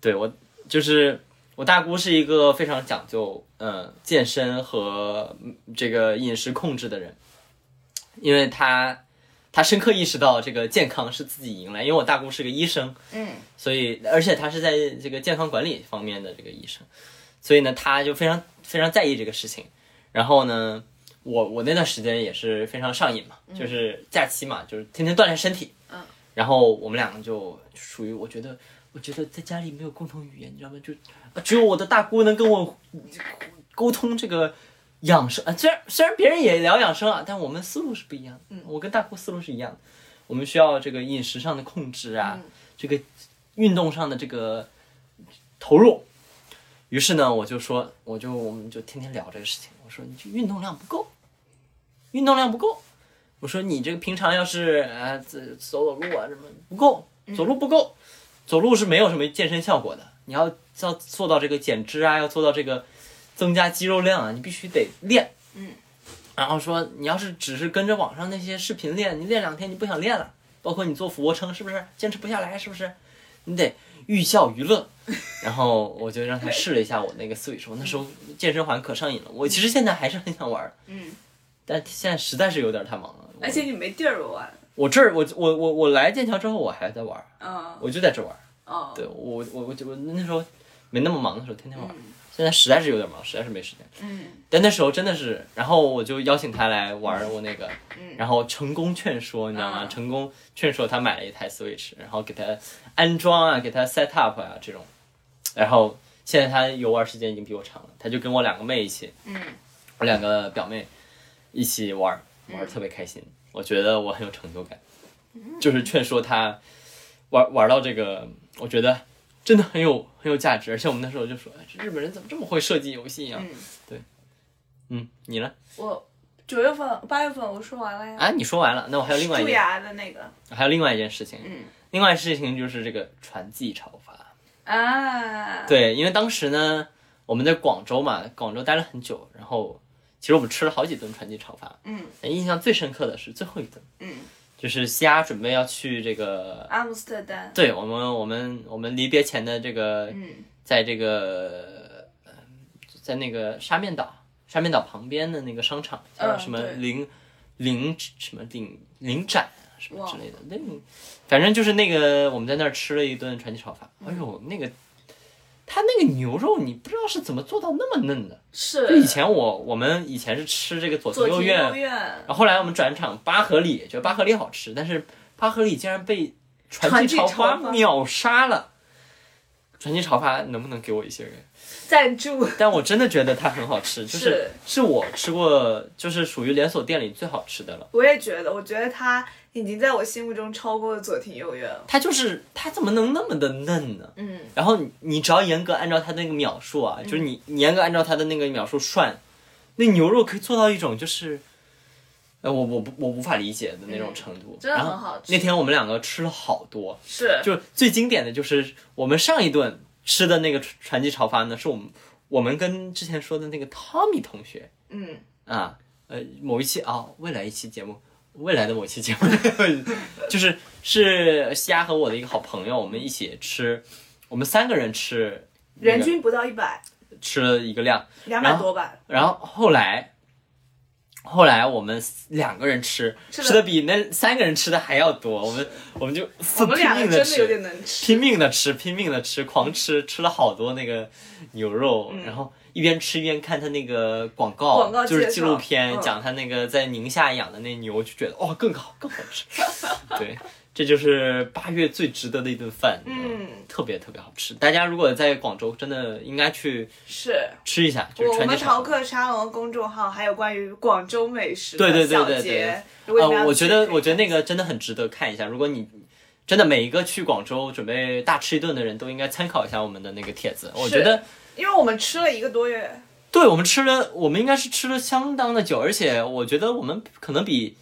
A: 对我就是我大姑是一个非常讲究呃健身和嗯这个饮食控制的人，因为她她深刻意识到这个健康是自己迎来，因为我大姑是个医生，
C: 嗯，
A: 所以而且她是在这个健康管理方面的这个医生，所以呢，她就非常非常在意这个事情。然后呢，我我那段时间也是非常上瘾嘛，就是假期嘛，就是天天锻炼身体。
C: 嗯。
A: 然后我们两个就属于，我觉得，我觉得在家里没有共同语言，你知道吗？就啊只有我的大姑能跟我沟通这个养生啊。虽然虽然别人也聊养生啊，但我们思路是不一样的。嗯。我跟大姑思路是一样的，我们需要这个饮食上的控制啊，这个运动上的这个投入。于是呢，我就说，我就我们就天天聊这个事情。我说你这运动量不够，运动量不够。我说你这个平常要是呃走走走路啊什么不够，走路不够，走路是没有什么健身效果的。你要要做到这个减脂啊，要做到这个增加肌肉量啊，你必须得练。
B: 嗯。
A: 然后说你要是只是跟着网上那些视频练，你练两天你不想练了，包括你做俯卧撑是不是坚持不下来？是不是？你得寓教于 乐。然后我就让他试了一下我那个 Switch，我那时候健身环可上瘾了。我其实现在还是很想玩，
B: 嗯，
A: 但现在实在是有点太忙了。我
B: 而且你没地儿玩，
A: 我这儿我我我我来剑桥之后我还在玩，
C: 啊
B: 嗯，
A: 我就在这玩。
B: 哦，
A: 对我我我我那时候没那么忙的时候天天玩，现在实在是有点忙，实在是没时间。
B: 嗯，
A: 但那时候真的是，然后我就邀请他来玩我那个，然后成功劝说，你知道吗？
B: 啊
A: 成功劝说他买了一台 Switch，然后给他安装啊，给他 set up 啊这种，然后现在他游玩时间已经比我长了，他就跟我两个妹一起，
B: 嗯，
A: 我两个表妹一起玩，玩得特别开心，我觉得我很有成就感，就是劝说他玩玩到这个，我觉得真的很有很有价值，而且我们那时候就说，哎这日本人怎么这么会设计游戏呀、
B: 嗯
A: 对，嗯，你呢？
C: 我九月份八月份我说完了呀，
A: 啊，你说完了，那我还有另外一
B: 蛀
A: 件，
B: 牙的那个，
A: 还有另外一件事情，
B: 嗯
A: 另外事情就是这个传记炒法。
B: 啊，，
A: 对，因为当时呢，我们在广州嘛，广州待了很久，然后其实我们吃了好几顿传记炒饭，
B: 嗯
A: 但印象最深刻的是最后一顿，
B: 嗯，
A: 就是西亚准备要去这个，
B: 阿姆斯特丹，
A: 对我们我们我们离别前的这个，
B: 嗯
A: 在这个呃在那个沙面岛沙面岛旁边的那个商场叫
B: 嗯
A: 什么
B: 对
A: 林林什么林林展啊什么
B: 哇
A: 之类的，那个反正就是那个我们在那儿吃了一顿传奇炒饭，哎呦那个。他那个牛肉，你不知道是怎么做到那么嫩的。
B: 是
A: 就以前我我们以前是吃这个哎左
B: 左
A: 庭右
B: 庭
A: 院，
B: 右院
A: 然后后来我们转场巴合里，觉得巴合里好吃，但是巴合里竟然被传
B: 传
A: 奇
B: 奇
A: 潮
B: 潮
A: 发
B: 发
A: 秒杀了。传奇潮发能不能给我一些？
C: 赞助
A: 但我真的觉得它很好吃，就是
B: 是
A: 我吃过就是属于连锁店里最好吃的了。
C: 我也觉得，我觉得他已经在我心目中超过了左庭右院了。
A: 它就是它怎么能那么的嫩呢？
B: 嗯
A: 然后你你只要严格按照它那个描述啊，就是你你严格按照它的那个描述涮，那牛肉可以做到一种就是，呃，我我不我无法理解的那种程度。
B: 嗯真的
A: 然
B: 很
A: 后
B: 好吃
A: 那天我们两个吃了好多，
B: 是
A: 就是最经典的就是我们上一顿吃的那个传传记炒饭呢，是我们我们跟之前说的那个汤米同学
B: 嗯
A: 啊，呃，某一期啊、未来一期节目，未来的某一期节目， 就是是西亚和我的一个好朋友，我们一起吃，我们三个人吃、那个
C: 人均不到一百，
A: 吃了一个量，
C: 两
A: 然
C: 百
A: 后
C: 多吧。
A: 然后后来后来我们两个人吃，
C: 是的
A: 吃的比那三个人吃的还要多，我们我们就
C: 我
A: 我
C: 们两个
A: 拼命
C: 真
A: 的
C: 的有点
A: 吃，
C: 能吃。
A: 拼命的吃，拼命的吃，狂吃，吃了好多那个牛肉，然后一边吃一边看他那个广告，
C: 嗯广告
A: 就是
C: 介
A: 纪
C: 绍
A: 录片、
C: 嗯
A: 讲他那个在宁夏养的那牛，就觉得哇、更好更好 吃，对，这就是八月最值得的一顿饭，
B: 嗯，
A: 特别特别好吃，大家如果在广州真的应该去
C: 是
A: 吃一下，就是
C: 我
A: 川
C: 们
A: 记
C: 淘
A: 炒
C: 客沙龙公众号还有关于广州美食
A: 对对
C: 的
A: 对
C: 小
A: 对
C: 节
A: 对，
C: 如果你们
A: 呃，
C: 要
A: 我
C: 去
A: 觉得
C: 可以
A: 我觉得那个真的很值得看一下。如果你真的每一个去广州准备大吃一顿的人都应该参考一下我们的那个帖子。我觉得，
C: 因为我们吃了一个多月，
A: 对我们吃了，我们应该是吃了相当的久，而且我觉得我们可能比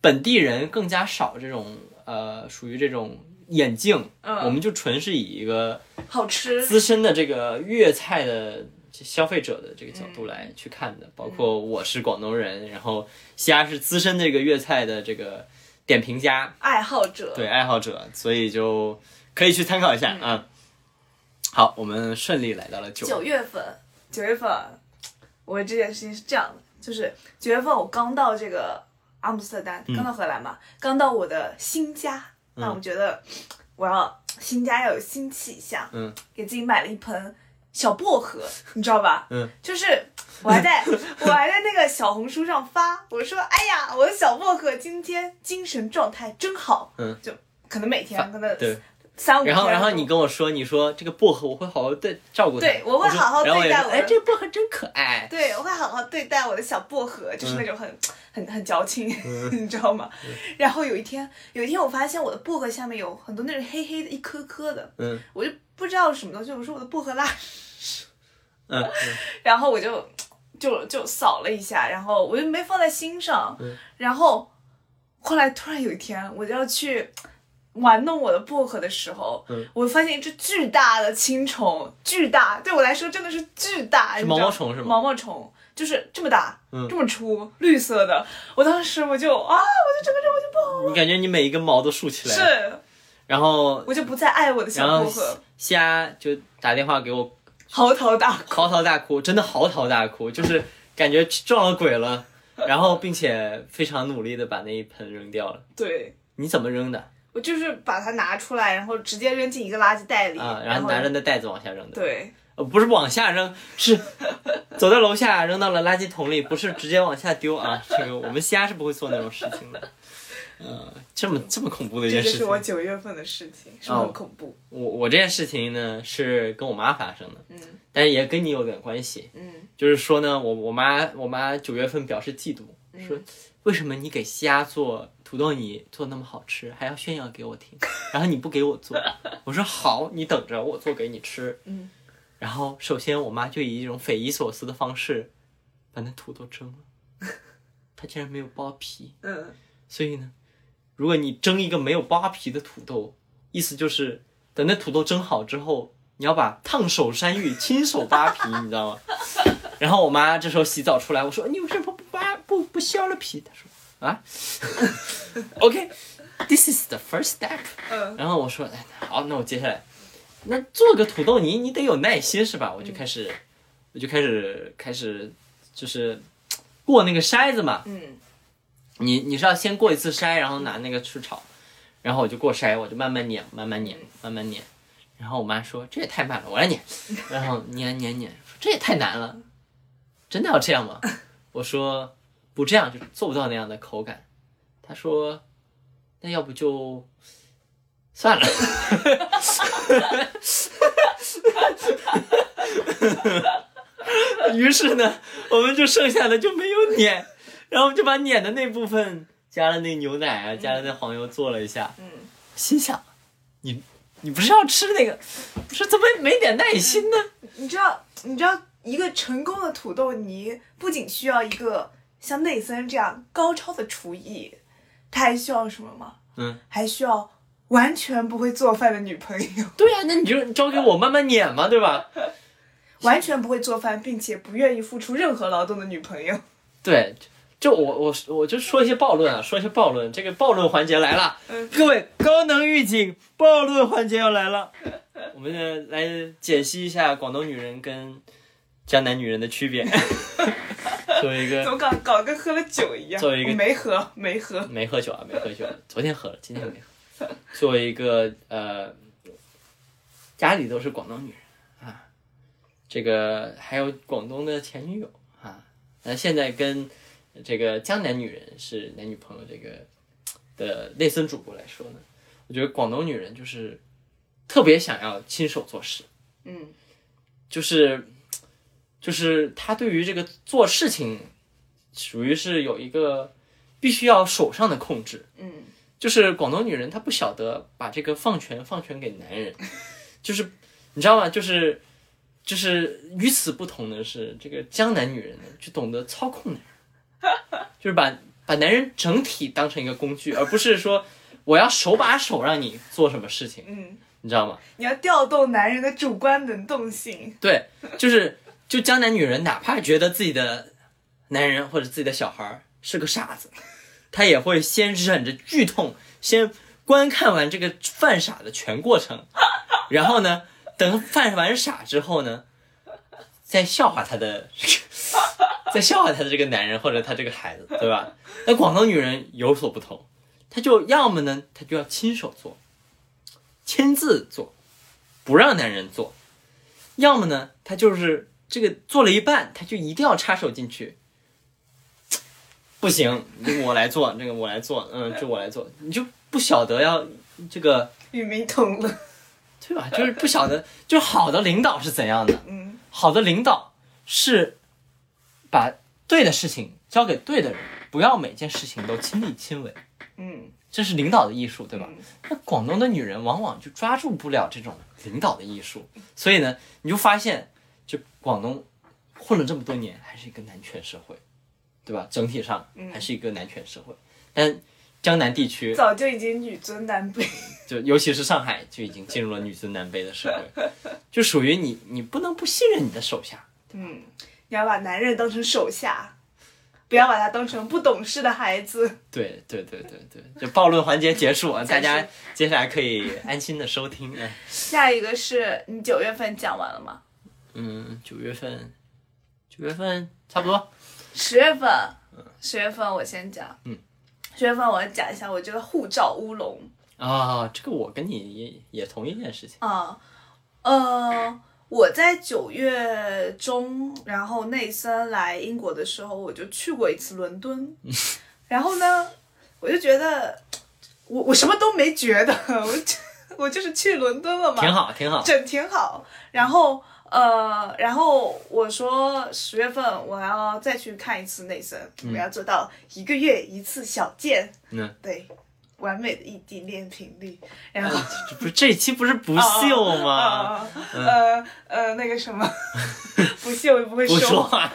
A: 本地人更加少这种呃，属于这种眼镜，
C: 嗯
A: 我们就纯是以一个
C: 好吃，
A: 资深的这个粤菜的消费者的这个角度来去看的，包括我是广东人，然后西亚是资深这个粤菜的这个点评家，
C: 爱好者
A: 对爱好者，所以就可以去参考一下啊。好，我们顺利来到了九
B: 九月份，
C: 九月份，我这件事情是这样的，就是九月份我刚到这个阿姆斯特
A: 嗯
C: 丹，刚到荷兰嘛，刚到我的新家，那我觉得我要新家要有新气象，
A: 嗯，
C: 给自己买了一盆小薄荷，你知道吧？
A: 嗯，
C: 就是我还在 我还在那个小红书上发，我说哎呀，我的小薄荷今天精神状态真好，
A: 嗯，
C: 就可能每天可能
A: 对，
C: 三五天
A: 然
C: 都，
A: 后然后你跟我说，你说这个薄荷我会好好对照顾它，
C: 对我会
A: 说
C: 好好
A: 然后
C: 对
A: 也
C: 待
A: 说
C: 我的
A: 哎，这个薄荷真可爱，
C: 对，我会好好对待我的小薄荷，就是那种很、很很矫情， 你知道吗？然后有一天，有一天我发现我的薄荷下面有很多那种黑黑的一颗颗的，
A: 嗯
C: 我就不知道是什么东西，我说我的薄荷拉，
A: 嗯嗯
C: 然后我就就就扫了一下，然后我就没放在心上，
A: 嗯
C: 然后后来突然有一天，我就要去。玩弄我的薄荷的时候，
A: 嗯
C: 我发现一只巨大的青虫，巨大，对我来说真的是巨大，
A: 是
C: 你知道
A: 毛毛虫是吗
C: 毛毛虫就是这么大，
A: 嗯
C: 这么粗，绿色的。我当时我就啊，我就整个人我就不好
A: 你感觉你每一根毛都竖起来，了，
C: 是，
A: 然后
C: 我就不再爱我的小
A: 然后
C: 薄荷，
A: 虾就打电话给我
C: 嚎啕大哭。
A: 嚎啕大哭，真的嚎啕大哭，就是感觉撞了鬼了，然后并且非常努力的把那一盆扔掉了。
C: 对。
A: 你怎么扔的
C: 我就是把它拿出来，然后直接扔进一个垃圾袋里，
A: 啊？
C: 然
A: 然后拿着那袋子往下扔的，
C: 对，
A: 呃，不是往下扔，是走到楼下扔到了垃圾桶里，不是直接往下丢啊。这个我们虾是不会做那种事情的。呃，这么这么恐怖的一
C: 这
A: 件
C: 就
A: 事
C: 是
A: 情，
C: 我
A: 我
C: 九月份的事情，是不是
A: 哦
C: 很恐怖？
A: 我这件事情呢是跟我妈发生的，
C: 嗯
A: 但是也跟你有点关系。
C: 嗯，
A: 就是说呢，我我妈我妈九月份表示嫉妒，说为什么你给虾做土豆泥做那么好吃，还要炫耀给我听，然后你不给我做，我说好，你等着我做给你吃。
C: 嗯，
A: 然后首先我妈就以一种匪夷所思的方式把那土豆蒸了，她竟然没有剥皮，
C: 嗯，
A: 所以呢，如果你蒸一个没有剥皮的土豆，意思就是等那土豆蒸好之后，你要把烫手山芋亲手扒皮，你知道吗？ 然后我妈这时候洗澡出来，我说你为什么不扒不不削了皮？她说啊 ，OK，this、is the first step。
C: 嗯
A: 然后我说哎好，那我接下来那做个土豆泥，你得有耐心是吧？我就开始、我就开始开始就是过那个筛子嘛，
C: 嗯，
A: 你你是要先过一次筛，然后拿那个去炒，然后我就过筛，我就慢慢碾，慢慢碾，慢慢碾。然后我妈说这也太慢了，我来碾。然后碾碾碾，说这也太难了，真的要这样吗？我说不这样就做不到那样的口感。她说那要不就算了。 于是呢，我们就剩下的就没有碾。然后我们就把碾的那部分加了那牛奶啊，加了那黄油做了一下。
C: 嗯，
A: 心想，你你不是要吃那个，不是怎么没点耐心呢？
C: 你知道，你知道一个成功的土豆泥不仅需要一个像内森这样高超的厨艺，他还需要什么吗？
A: 嗯，
C: 还需要完全不会做饭的女 朋友，
A: 对啊呀、那你就交给我慢慢碾嘛，对吧？
C: 完全不会做饭并且不愿意付出任何劳动的女朋友。
A: 对，就我我我就说一些暴论啊，说一些暴论，这个暴论环节来了，
C: 嗯
A: 各位高能预警，暴论环节要来 了。我们呢来解析一下广东女人跟江南女人的区别。 作为一
C: 怎
A: 个
C: 么搞搞跟喝了酒一样？
A: 呃作为一个
C: 我没喝，没喝。
A: 没喝酒啊，没喝酒啊，昨天喝了，今天没喝。作为一个呃，家里都是广东女人啊，这个还有广东的前女友啊，那现在跟这个江南女人是男女朋友这个的内森主播来说呢，我觉得广东女人就是特别想要亲手做事，
B: 嗯
A: 就是就是他对于这个做事情，属于是有一个必须要手上的控制。
B: 嗯
A: 就是广东女人她不晓得把这个放权放权给男人，就是你知道吗？就是就是与此不同的是，这个江南女人呢就懂得操控男人，就是把把男人整体当成一个工具，而不是说我要手把手让你做什么事情，
C: 嗯，
A: 你知道吗？
C: 你要调动男人的主观能动性。
A: 对，就是就江南女人，哪怕觉得自己的男人或者自己的小孩儿是个傻子，她也会先忍着剧痛，先观看完这个犯傻的全过程，然后呢，等犯完傻之后呢，再笑话他的，再笑话他的这个男人或者他这个孩子，对吧？那广东女人有所不同，她就要么呢，她就要亲手做，亲自做，不让男人做。要么呢，他就是这个做了一半，他就一定要插手进去，不行，我来做，这个我来做，嗯，这我来做，你就不晓得要这个
C: 与民同乐。
A: 对吧？就是不晓得，就是好的领导是怎样的，
C: 嗯，
A: 好的领导是把对的事情交给对的人，不要每件事情都亲力亲为，
C: 嗯，
A: 这是领导的艺术，对吧？
C: 嗯
A: 那广东的女人往往就抓住不了这种领导的艺术，所以呢，你就发现，就广东混了这么多年，还是一个男权社会，对吧？整体上还是一个男权社会，但江南地区
C: 早就已经女尊男卑。
A: 就尤其是上海，就已经进入了女尊男卑的社会， 就属于你，你不能不信任你的手下。
C: 嗯，你要把男人当成手下，不要把他当成不懂事的孩子。
A: 对对对对对，就暴论环节结束啊，大
C: 暂时
A: 家接下来可以安心的收听。哎
C: 下一个是你九月份讲完了吗？
A: 嗯，九月份，九月份差不多。
C: 十月份，十月份我先讲。
A: 嗯，
C: 十月份我讲一下我这个护照乌龙
A: 啊、这个我跟你也也同意这件事情。
C: 啊、呃，我在九月中，然后内森来英国的时候，我就去过一次伦敦，
A: 嗯
C: 然后呢，我就觉得我我什么都没觉得，我就我就是去伦敦了嘛，
A: 挺好，挺好。
C: 整挺好。然后呃，然后我说十月份我要再去看一次内森，我要做到一个月一次小见，
A: 嗯，
C: 对，完美的异地恋频率。然后
A: 这不是这一期不是不秀吗？
C: 啊呃呃那个什么， 不秀也不会
A: 不说
C: 说。
A: 话，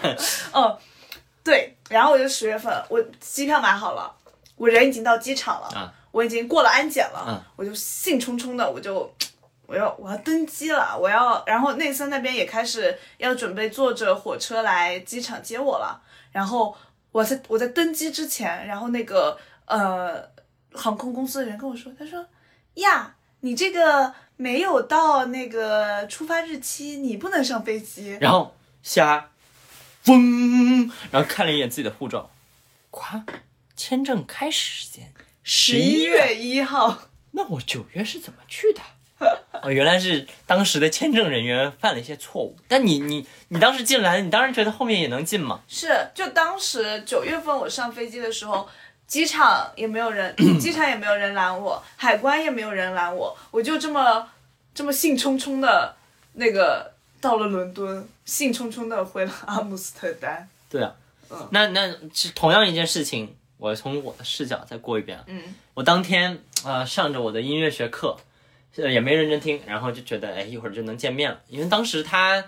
C: 对，然后我就十月份，我机票买好了，我人已经到机场了，
A: 啊
C: 我已经过了安检了，
A: 啊
C: 我就兴冲冲的，我就我要我要登机了，我要，然后内森那边也开始要准备坐着火车来机场接我了，然后我在我在登机之前，然后那个呃航空公司的人跟我说，他说呀，你这个没有到那个出发日期，你不能上飞机。
A: 然后瞎，嗡，然后看了一眼自己的护照，夸，签证开始时间，
C: 十一月一号，
A: 那我九月是怎么去的？ 哦，原来是当时的签证人员犯了一些错误。但你你你当时进来，你当然觉得后面也能进嘛？
C: 是，就当时九月份我上飞机的时候，机场也没有 人，机场也没有人拦我，海关也没有人拦我，我就这么这么兴冲冲的，那个到了伦敦，兴冲冲的回了阿姆斯特丹。
A: 对啊，那那是同样一件事情，我从我的视角再过一遍啊。
C: 嗯
A: 我当天呃上着我的音乐学课，呃也没认真听，然后就觉得哎一会儿就能见面了，因为当时他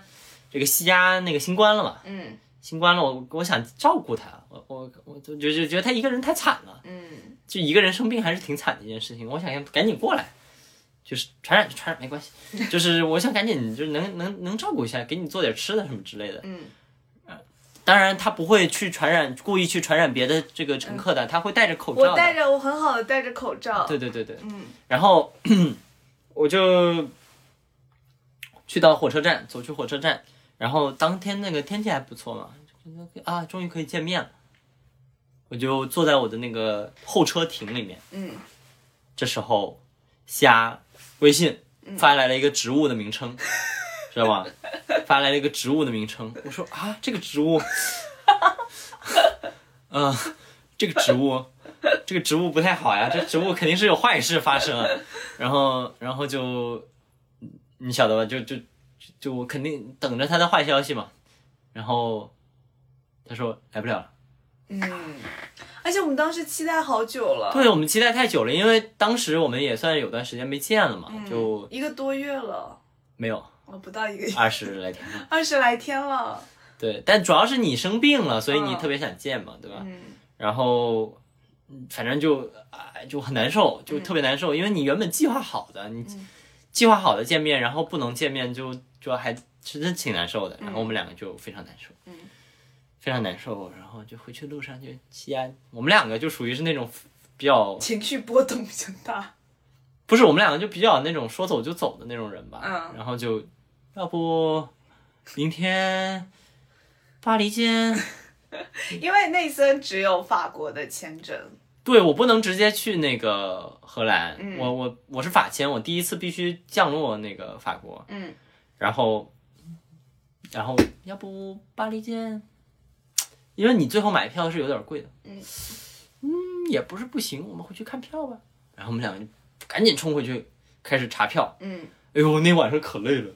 A: 这个西加那个新冠了嘛，
C: 嗯
A: 新冠了我我想照顾他，我我我就就就觉得他一个人太惨了，
C: 嗯，
A: 就一个人生病还是挺惨的一件事情，我想赶紧过来。就是传染就传染没关系，就是我想赶紧就是能能能照顾一下，给你做点吃的什么之类的。
C: 嗯
A: 呃，当然他不会去传染，故意去传染别的这个乘客的，他会戴着口罩的。
C: 我戴着我很好的戴着口罩。
A: 对对对对，
C: 嗯，
A: 然后 我就去到火车站，走去火车站，然后当天那个天气还不错嘛，啊，终于可以见面了。我就坐在我的那个候车亭里面，
B: 嗯
A: 这时候瞎微信发来了一个植物的名称，知道吧？发来了一个植物的名称，我说啊，这个植物，嗯、这个植物，这个植物不太好呀，这植物肯定是有坏事发生啊。然后，然后就你晓得吧？就就就我肯定等着他的坏消息嘛。然后他说来不了了。
B: 嗯，
C: 而且我们当时期待好久了，
A: 对我们期待太久了，因为当时我们也算有段时间没见了嘛，就
C: 一个多月了，
A: 没有
C: 哦，不到一个 月，
A: 二十来天吧。
C: 二十来天了，
A: 对，但主要是你生病了，所以你
C: 嗯
A: 特别想见嘛，对吧？
B: 嗯
A: 然后嗯反正就啊、就很难受，就特别难受，因为你原本计划好的，你
B: 嗯
A: 计划好的见面，然后不能见面就，就还是真挺难受的。然后我们两个就非常难受，
B: 嗯
A: 非常难受。然后就回去路上就西安，我们两个就属于是那种比较，
C: 情绪波动比较大。
A: 不是我们两个就比较那种说走就走的那种人吧。
B: 嗯
A: 然后就要不明天巴黎见。
C: 因为内森只有法国的签证，
A: 对我不能直接去那个荷兰，
B: 嗯
A: 我我我是法签，我第一次必须降落那个法国，
B: 嗯，
A: 然后然后要不巴黎见，因为你最后买票是有点贵的，
B: 嗯
A: 嗯也不是不行，我们回去看票吧。然后我们两个就赶紧冲回去开始查票，
B: 嗯
A: 哎呦那晚上可累了，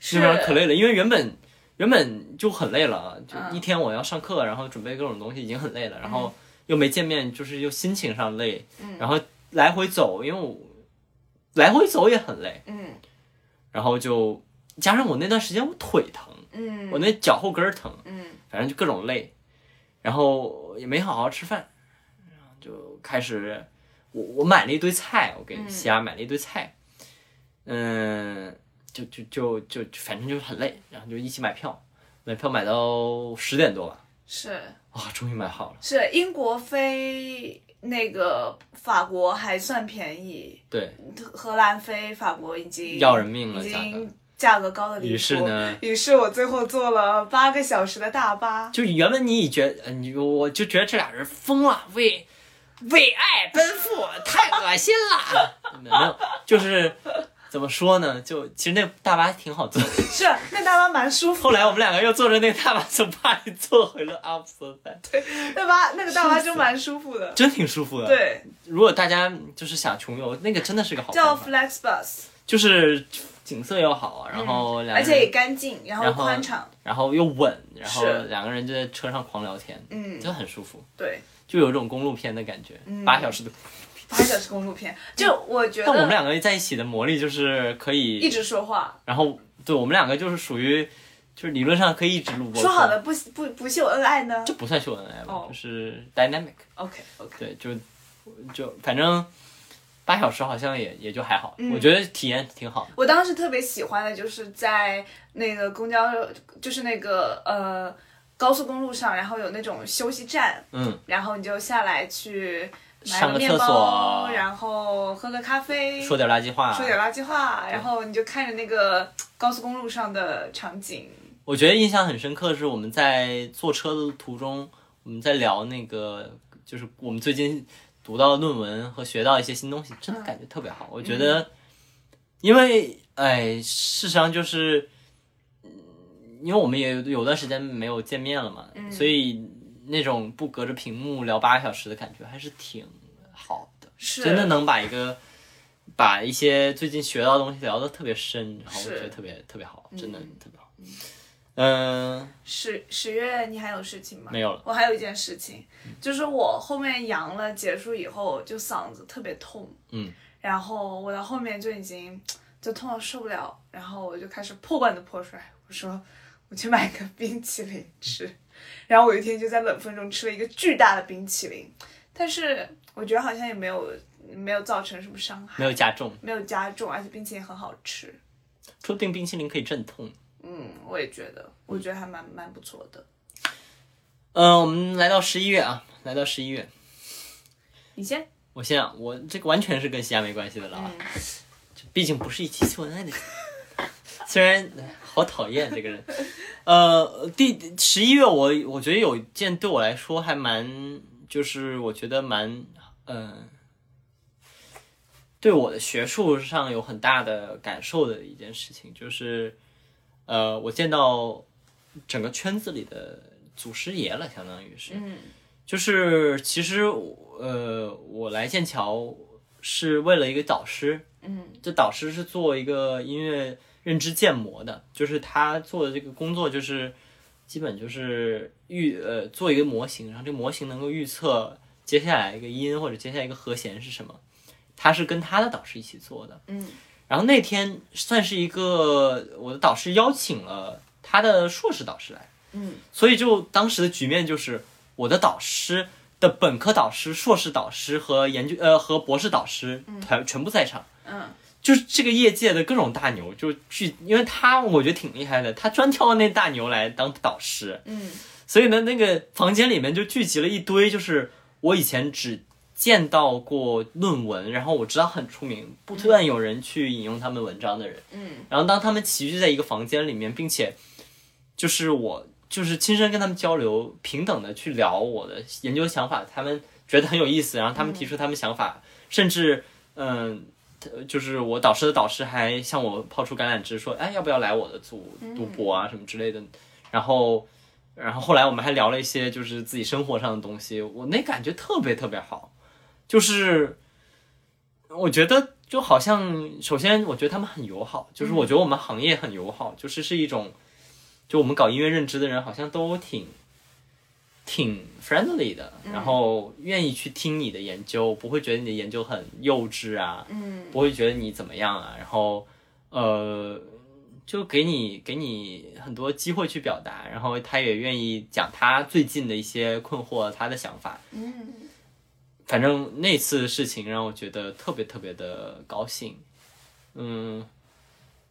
C: 是
A: 那晚上可累了，因为原本原本就很累了啊，就
B: 嗯
A: 一天我要上课，然后准备各种东西已经很累了，然后又没见面，就是又心情上累。
B: 嗯
A: 然后来回走，因为我来回走也很累，
B: 嗯
A: 然后就加上我那段时间我腿疼，
B: 嗯，
A: 我那脚后跟儿疼，
B: 嗯
A: 反正就各种累，然后也没好好吃饭，然后就开始我我买了一堆菜，我给
B: 嗯
A: 西亚买了一堆菜，嗯，就就就就就反正就是很累，然后就一起买票，买票买到十点多吧，
C: 是
A: 啊、终于买好了，
C: 是英国飞那个法国还算便宜，
A: 对，
C: 荷兰飞法国已经
A: 要人命了
C: 已
A: 价格
C: 经价格高的离谱。
A: 于是，呢。
C: 于是我最后坐了八个小时的大巴，
A: 就原本你已觉呃你我就觉得这俩人疯了，为为爱奔赴，太恶心了。 没有，就是怎么说呢？就其实那大巴挺好坐的。
C: 是那大巴蛮舒服，
A: 后来我们两个又坐着那个大巴从巴黎坐回了阿姆斯特丹，
C: 那巴那个大巴就蛮舒服的。
A: 真挺舒服的。，
C: 对，
A: 如果大家就是想穷游，那个真的是个好
C: 叫
A: 办法，
C: Flex Bus，
A: 就是景色又好，啊然后哦两
C: 而
A: 个人
C: 且也干净，然后
A: 然后
C: 宽敞。
A: 然后又稳，然后
C: 是
A: 两个人就在车上狂聊天，
B: 嗯
A: 就很舒服，
C: 对，
A: 就有一种公路片的感觉，
C: 嗯
A: 八小时的
C: 八小时公路片，
A: 嗯
C: 就我觉
A: 但我们
C: 得
A: 两个在一起的魔力就是可
C: 一
A: 以，
C: 直说话，
A: 然后对我们两个就是属于，就是理论上可以一直录播。
C: 说好的不不不秀恩爱呢
A: 这不算秀恩爱吧，
C: 哦
A: 就是 dynamic。
C: ？OK OK，
A: 对，就就反正八小时好像也也就还好，
C: 嗯
A: 我觉得体验挺好的。
C: 我当时特别喜欢的就是在那个公交，就是那个呃高速公路上，然后有那种休息站，
A: 嗯，
C: 然后你就下来去买
A: 上个
C: 面
A: 厕
C: 包
A: 所，
C: 然后喝个咖啡，
A: 说点垃圾话。
C: 说点垃圾话，然后你就看着那个高速公路上的场景，
A: 我觉得印象很深刻是我们在坐车的途中，我们在聊那个，就是我们最近读到的论文和学到一些新东西，真的感觉特别好。我觉
C: 嗯
A: 得，因为哎，事实上就是，嗯，因为我们也有有段时间没有见面了嘛，
C: 嗯
A: 所以那种不隔着屏幕聊八个小时的感觉还是挺好的，
C: 是
A: 真的能把一个。把一些最近学到的东西聊得特别深，然后我觉得
C: 是
A: 特别特别好，真的
B: 嗯
A: 特别好。嗯、
C: 十十月你还有事情吗？
A: 没有了。
C: 我还有一件事情，就是我后面阳了结束以后，就嗓子特别痛，
A: 嗯，
C: 然后我到后面就已经就痛到受不了，然后我就开始破罐子破摔，我说我去买个冰淇淋吃，然后我有一天就在冷风中吃了一个巨大的冰淇淋，但是我觉得好像也没有没有造成什么伤害，
A: 没有加重，
C: 没有加重，而且冰淇淋很好吃，
A: 说不定冰淇淋可以镇痛。
C: 嗯，我也觉得，我觉得还蛮蛮不错的。
A: 呃，我们来到十一月啊，来到十一月，
C: 你先，
A: 我先啊，我这个完全是跟西安没关系的了啊，这毕竟不是一期秀恩爱的节目，虽然哎好讨厌这个人，呃，第十一月我我觉得有一件对我来说还蛮，就是我觉得蛮，嗯、对我的学术上有很大的感受的一件事情，就是，呃，我见到整个圈子里的祖师爷了，相当于是，
B: 嗯
A: 就是其实我呃，我来剑桥是为了一个导师，
B: 嗯
A: 这导师是做一个音乐认知建模的，就是他做的这个工作就是基本就是预呃做一个模型，然后这个模型能够预测接下来一个音或者接下来一个和弦是什么。他是跟他的导师一起做的，
B: 嗯
A: 然后那天算是一个我的导师邀请了他的硕士导师来。
B: 嗯
A: 所以就当时的局面就是，我的导师的本科导师、硕士导师和研究呃和博士导师全全部在场，
B: 嗯
A: 就是这个业界的各种大牛就去，因为他我觉得挺厉害的，他专挑那大牛来当导师，
B: 嗯
A: 所以呢，那个房间里面就聚集了一堆，就是我以前只。见到过论文，然后我知道很出名，不断有人去引用他们文章的人，
B: 嗯
A: 然后当他们齐聚在一个房间里面，并且就是我就是亲身跟他们交流，平等的去聊我的研究想法，他们觉得很有意思，然后他们提出他们想法，甚至嗯。呃就是我导师的导师还向我抛出橄榄枝，说，哎，要不要来我的组读博啊，什么之类的。然后，然后后来我们还聊了一些就是自己生活上的东西，我那感觉特别特别好，就是我觉得就好像，首先我觉得他们很友好，就是我觉得我们行业很友好，就是是一种，就我们搞音乐认知的人好像都挺挺 friendly 的，然后愿意去听你的研究，不会觉得你的研究很幼稚啊，
B: 嗯
A: 不会觉得你怎么样啊，然后呃，就给你给你很多机会去表达，然后他也愿意讲他最近的一些困惑，他的想法，
B: 嗯
A: 反正那次事情让我觉得特别特别的高兴，嗯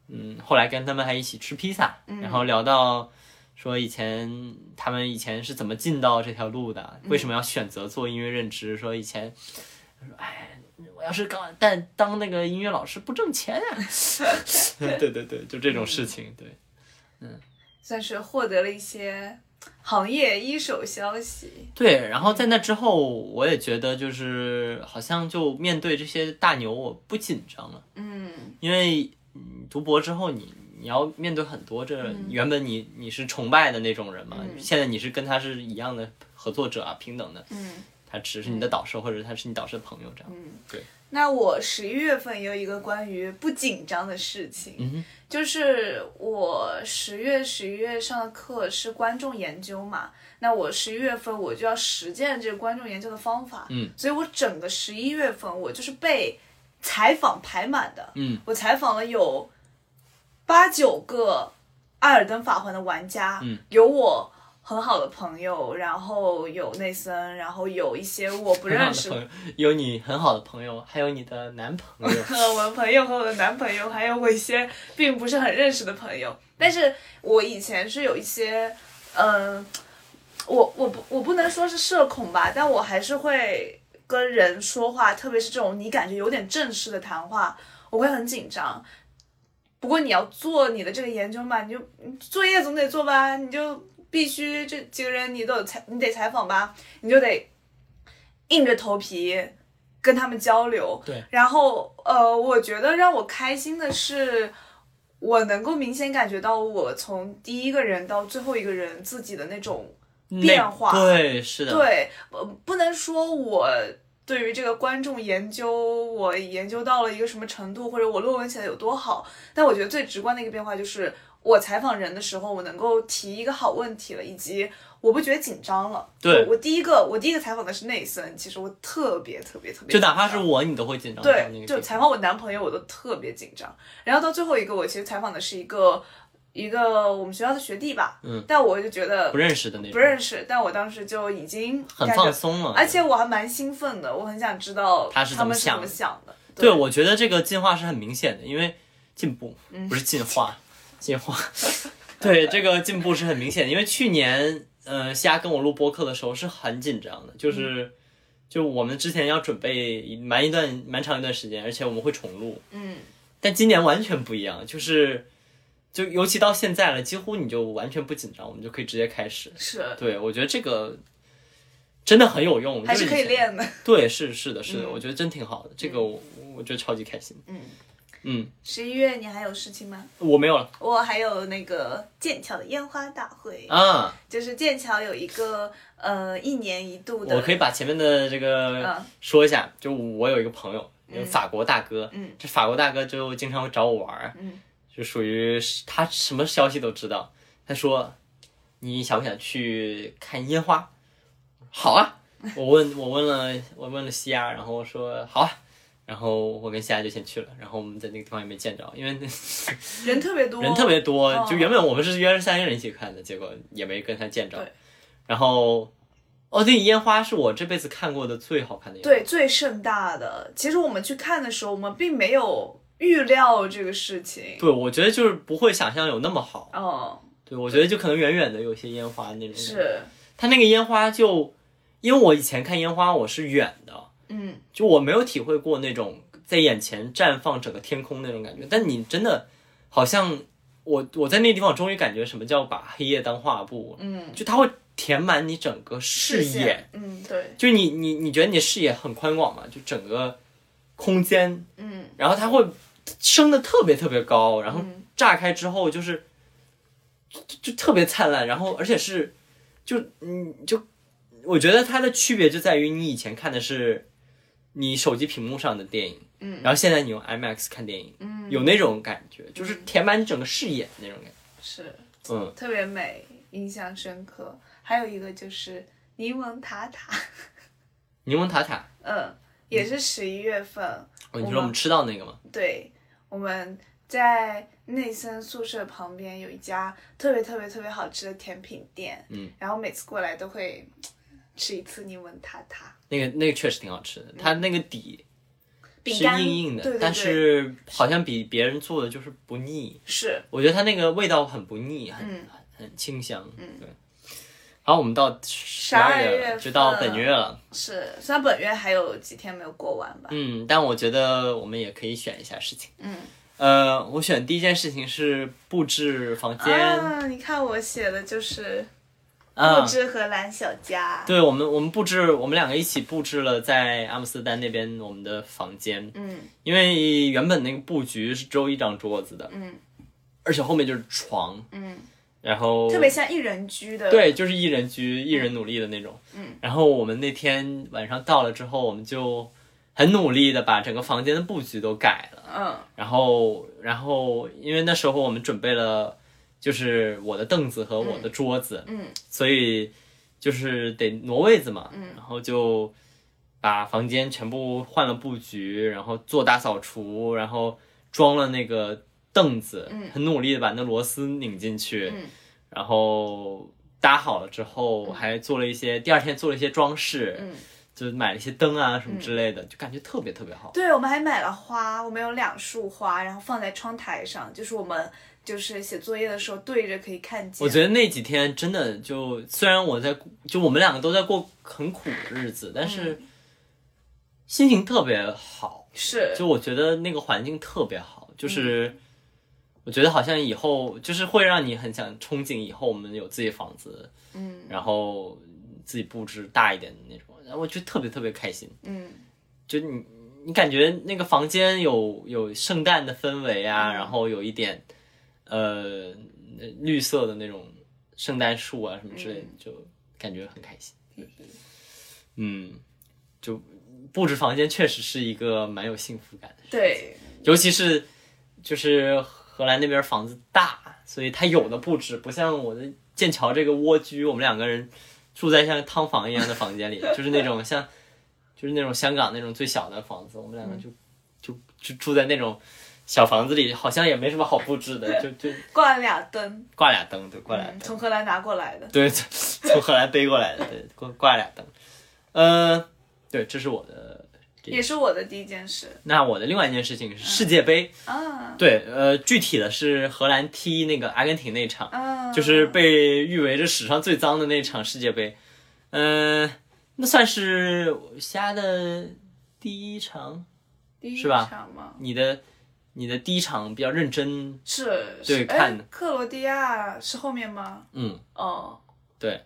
A: 嗯，后来跟他们还一起吃披萨，然后聊到说以前他们以前是怎么进到这条路的，为什么要选择做音乐认知？说以前，说哎，我要是刚但当那个音乐老师不挣钱啊， 对对对，就这种事情，对，
C: 算是获得了一些行业一手消息。
A: 对，然后在那之后，我也觉得就是好像就面对这些大牛，我不紧张了。
B: 嗯
A: 因为嗯，读博之后你你要面对很多这
C: 嗯
A: 原本你你是崇拜的那种人嘛，
B: 嗯
A: 现在你是跟他是一样的合作者啊，平等的，
B: 嗯
A: 他只是你的导师或者他是你导师的朋友这样。
B: 嗯
C: 那我十一月份也有一个关于不紧张的事情，
A: 嗯
C: 就是我十月、十一月上的课是观众研究嘛，那我十一月份我就要实践这个观众研究的方法，
A: 嗯，
C: 所以我整个十一月份我就是被采访排满的，
A: 嗯，
C: 我采访了有八九个《艾尔登法环》的玩家，
A: 嗯，
C: 有我很好的朋友，然后有内森，然后有一些我不
A: 很好
C: 认
A: 的
C: 识。
A: 朋友，有你很好的朋友，还有你的男朋友
C: 和我的朋友和我的男朋友，还有我一些并不是很认识的朋友。但是我以前是有一些，嗯、我我不我不能说是社恐吧，但我还是会跟人说话，特别是这种你感觉有点正式的谈话，我会很紧张。不过你要做你的这个研究嘛，你就你作业总得做吧，你就必须这几个人你都有采，你得采访吧，你就得硬着头皮跟他们交流。
A: 对，
C: 然后呃，我觉得让我开心的是，我能够明显感觉到我从第一个人到最后一个人自己的那种变化
A: 那对，是的，
C: 对，呃，不能说我对于这个观众研究，我研究到了一个什么程度，或者我论文写的有多好，但我觉得最直观的一个变化就是，我采访人的时候，我能够提一个好问题了，以及我不觉得紧张了。
A: 对
C: 我我第一个我第一个采访的是内森，其实我特别特别特
A: 就
C: 别紧张，
A: 哪怕是我，你都会紧张到那
C: 对，
A: 个
C: 就
A: 地
C: 采
A: 方
C: 访我男朋友，我都特别紧张。然后到最后一个，我其实采访的是一个一个我们学校的学弟吧，
A: 嗯，
C: 但我就觉得
A: 不认识的那种，
C: 不认识，但我当时就已经
A: 很
C: 感觉
A: 放松嘛。
C: 而且我还蛮兴奋的，我很想知道
A: 他是怎么
C: 们是
A: 想
C: 怎么想的。
A: 对，我觉得这个进化是很明显的，因为进步
C: 嗯
A: 不是进 化，进化。对，这个进步是很明显的，因为去年，呃，西亚跟我录播客的时候是很紧张的，
C: 嗯
A: 就是，就我们之前要准备蛮一段蛮长一段时间，而且我们会重录，
B: 嗯
A: 但今年完全不一样，就是就尤其到现在了，几乎你就完全不紧张，我们就可以直接开始。
C: 是
A: 对，我觉得这个真的很有用，
C: 还是
A: 就
C: 可以
A: 前。
C: 练的。
A: 对，是是的，是的，
C: 嗯
A: 我觉得真挺好的，这个我我觉得超级开心。
B: 嗯
A: 嗯，
B: 十一月你还有事情吗？
A: 我没有了
B: 我还有那个剑桥的烟花大会，
A: 啊，
B: 就是剑桥有一个呃一年一度的，
A: 我可以把前面的这个
B: 嗯
A: 说一下，就我有一个朋友，有法国大哥，
B: 嗯
A: 这法国大哥就经常找我玩儿，
B: 嗯
A: 就属于是他什么消息都知道。他说：“你想不想去看烟花？”好啊，我问我问了我问了西亚，然后我说好啊，然后我跟西亚就先去了，然后我们在那个地方也没见着，因为那
C: 人特别多，
A: 人特别多，
C: 哦
A: 就原本我们是约了三个人一起看的，结果也没跟他见着
C: 对。
A: 然后，哦，那烟花是我这辈子看过的最好看的烟花。
C: 对最盛大的。其实我们去看的时候，我们并没有预料这个事情。
A: 对，我觉得就是不会想象有那么好。
C: 哦，
A: 对，我觉得就可能远远的有些烟花那种。
C: 是，
A: 它那个烟花就，因为我以前看烟花我是远的，
C: 嗯，
A: 就我没有体会过那种在眼前绽放整个天空那种感觉。但你真的好像我我在那个地方，我终于感觉什么叫把黑夜当画布，
C: 嗯，
A: 就它会填满你整个视
C: 视
A: 野
C: 线，，嗯，对，
A: 就你你你觉得你视野很宽广嘛，就整个空间，
C: 嗯，
A: 然后它会升的特别特别高，然后
C: 嗯
A: 炸开之后就是就就就特别灿烂，然后而且是就嗯就我觉得它的区别就在于你以前看的是你手机屏幕上的电影，
C: 嗯，
A: 然后现在你用 IMAX 看电影，
C: 嗯，
A: 有那种感觉，就是填满你整个视野的那种感觉，
C: 是
A: 嗯，
C: 特别美，印象深刻。还有一个就是柠檬塔塔，
A: 柠檬塔塔，
C: 嗯，也是十一月份，
A: 哦，你
C: 我
A: 说
C: 们
A: 我们吃到那个吗？
C: 对，我们在内森宿舍旁边有一家特别特别特别好吃的甜品店，
A: 嗯，
C: 然后每次过来都会吃一次柠檬塔塔，
A: 那个那个确实挺好吃的，它那个底。
C: 饼
A: 是
C: 干
A: 硬硬的，
C: 对对
A: 但
C: 对
A: 是好像比别人做的就是不腻。
C: 是
A: 我觉得它那个味道很不腻，很、
C: 嗯
A: 很清香。嗯，对。好，我们到十
C: 12
A: 月
C: 月
A: 了就到
C: 份
A: 本月了。
C: 是，虽然本月还有几天没有过完吧，
A: 嗯，但我觉得我们也可以选一下事情。
C: 嗯，
A: 呃，我选第一件事情是布置房间。
C: 啊，你看我写的就是
A: 啊
C: 木之荷兰小家，
A: 对我们，我们布置，我们两个一起布置了在阿姆斯特丹那边我们的房间，
C: 嗯
A: 因为原本那个布局是只有一张桌子的，
C: 嗯
A: 而且后面就是床，
C: 嗯，
A: 然后
C: 特别像一人居的，
A: 对，就是一人居、一人努力的那种。嗯，然后我们那天晚上到了之后，我们就很努力的把整个房间的布局都改了。
C: 嗯
A: 然后，然后因为那时候我们准备了，就是我的凳子和我的桌子，
C: 嗯
A: 所以就是得挪位子嘛。然后就把房间全部换了布局，然后做大扫除，然后装了那个凳子，很努力的把那螺丝拧进去。
C: 嗯
A: 然后搭好了之后，还做了一些第二天做了一些装饰，
C: 嗯。
A: 就买了一些灯啊什么之类的，就感觉特别特别好。
C: 对，我们还买了花，我们有两束花，然后放在窗台上，就是我们就是写作业的时候对着可以看见。
A: 我觉得那几天真的就，虽然我在就我们两个都在过很苦的日子，但是心情特别好。
C: 是，
A: 就我觉得那个环境特别好，就是我觉得好像以后就是会让你很想憧憬以后我们有自己房子，
C: 嗯
A: 然后自己布置大一点的那种，然后我觉得特别特别开心。
C: 嗯，
A: 就你你感觉那个房间有有圣诞的氛围啊，然后有一点呃绿色的那种圣诞树啊什么之类的，就感觉很开心。嗯，就布置房间确实是一个蛮有幸福感的事，
C: 对，
A: 尤其是就是荷兰那边房子大，所以它有的布置不像我的剑桥这个蜗居，我们两个人住在像汤房一样的房间里，就是那种像就是那种香港那种最小的房子，我们两个就、就就住在那种小房子里，好像也没什么好布置的，就就
C: 挂了俩灯，
A: 挂俩灯，对，挂俩灯，
C: 嗯从荷兰拿过来的。
A: 对，从从荷兰背过来的，对，挂挂俩灯，呃，对，这是我的。
C: 也是我的第一件事
A: 那我的另外一件事情是世界杯，
C: 啊，
A: 对，呃，具体的是荷兰踢那个阿根廷那场，
C: 啊，
A: 就是被誉为这史上最脏的那场世界杯。嗯、那算是虾的第一场，
C: 第一
A: 是吧
C: 场嘛，
A: 你的你的第一场比较认真，
C: 是
A: 对
C: 是
A: 看
C: 哎，克罗地亚是后面吗？
A: 嗯，
C: 哦，
A: 对，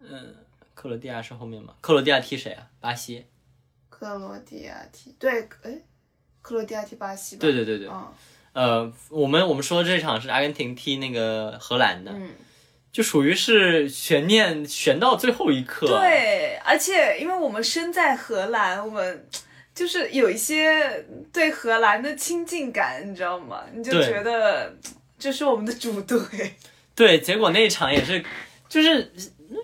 A: 嗯，克罗地亚是后面吗？克罗地亚踢谁啊？巴西。
C: 克罗地亚踢对，哎，克罗地亚踢巴西吧？
A: 对对对对，
C: 嗯
A: 哦呃，我们我们说这场是阿根廷踢那个荷兰的，
B: 嗯，
A: 就属于是悬念悬到最后一刻。，啊
C: 对，而且因为我们身在荷兰，我们就是有一些对荷兰的亲近感，你知道吗？你就
A: 对
C: 觉得这是我们的主队，
A: 对，结果那一场也是，就是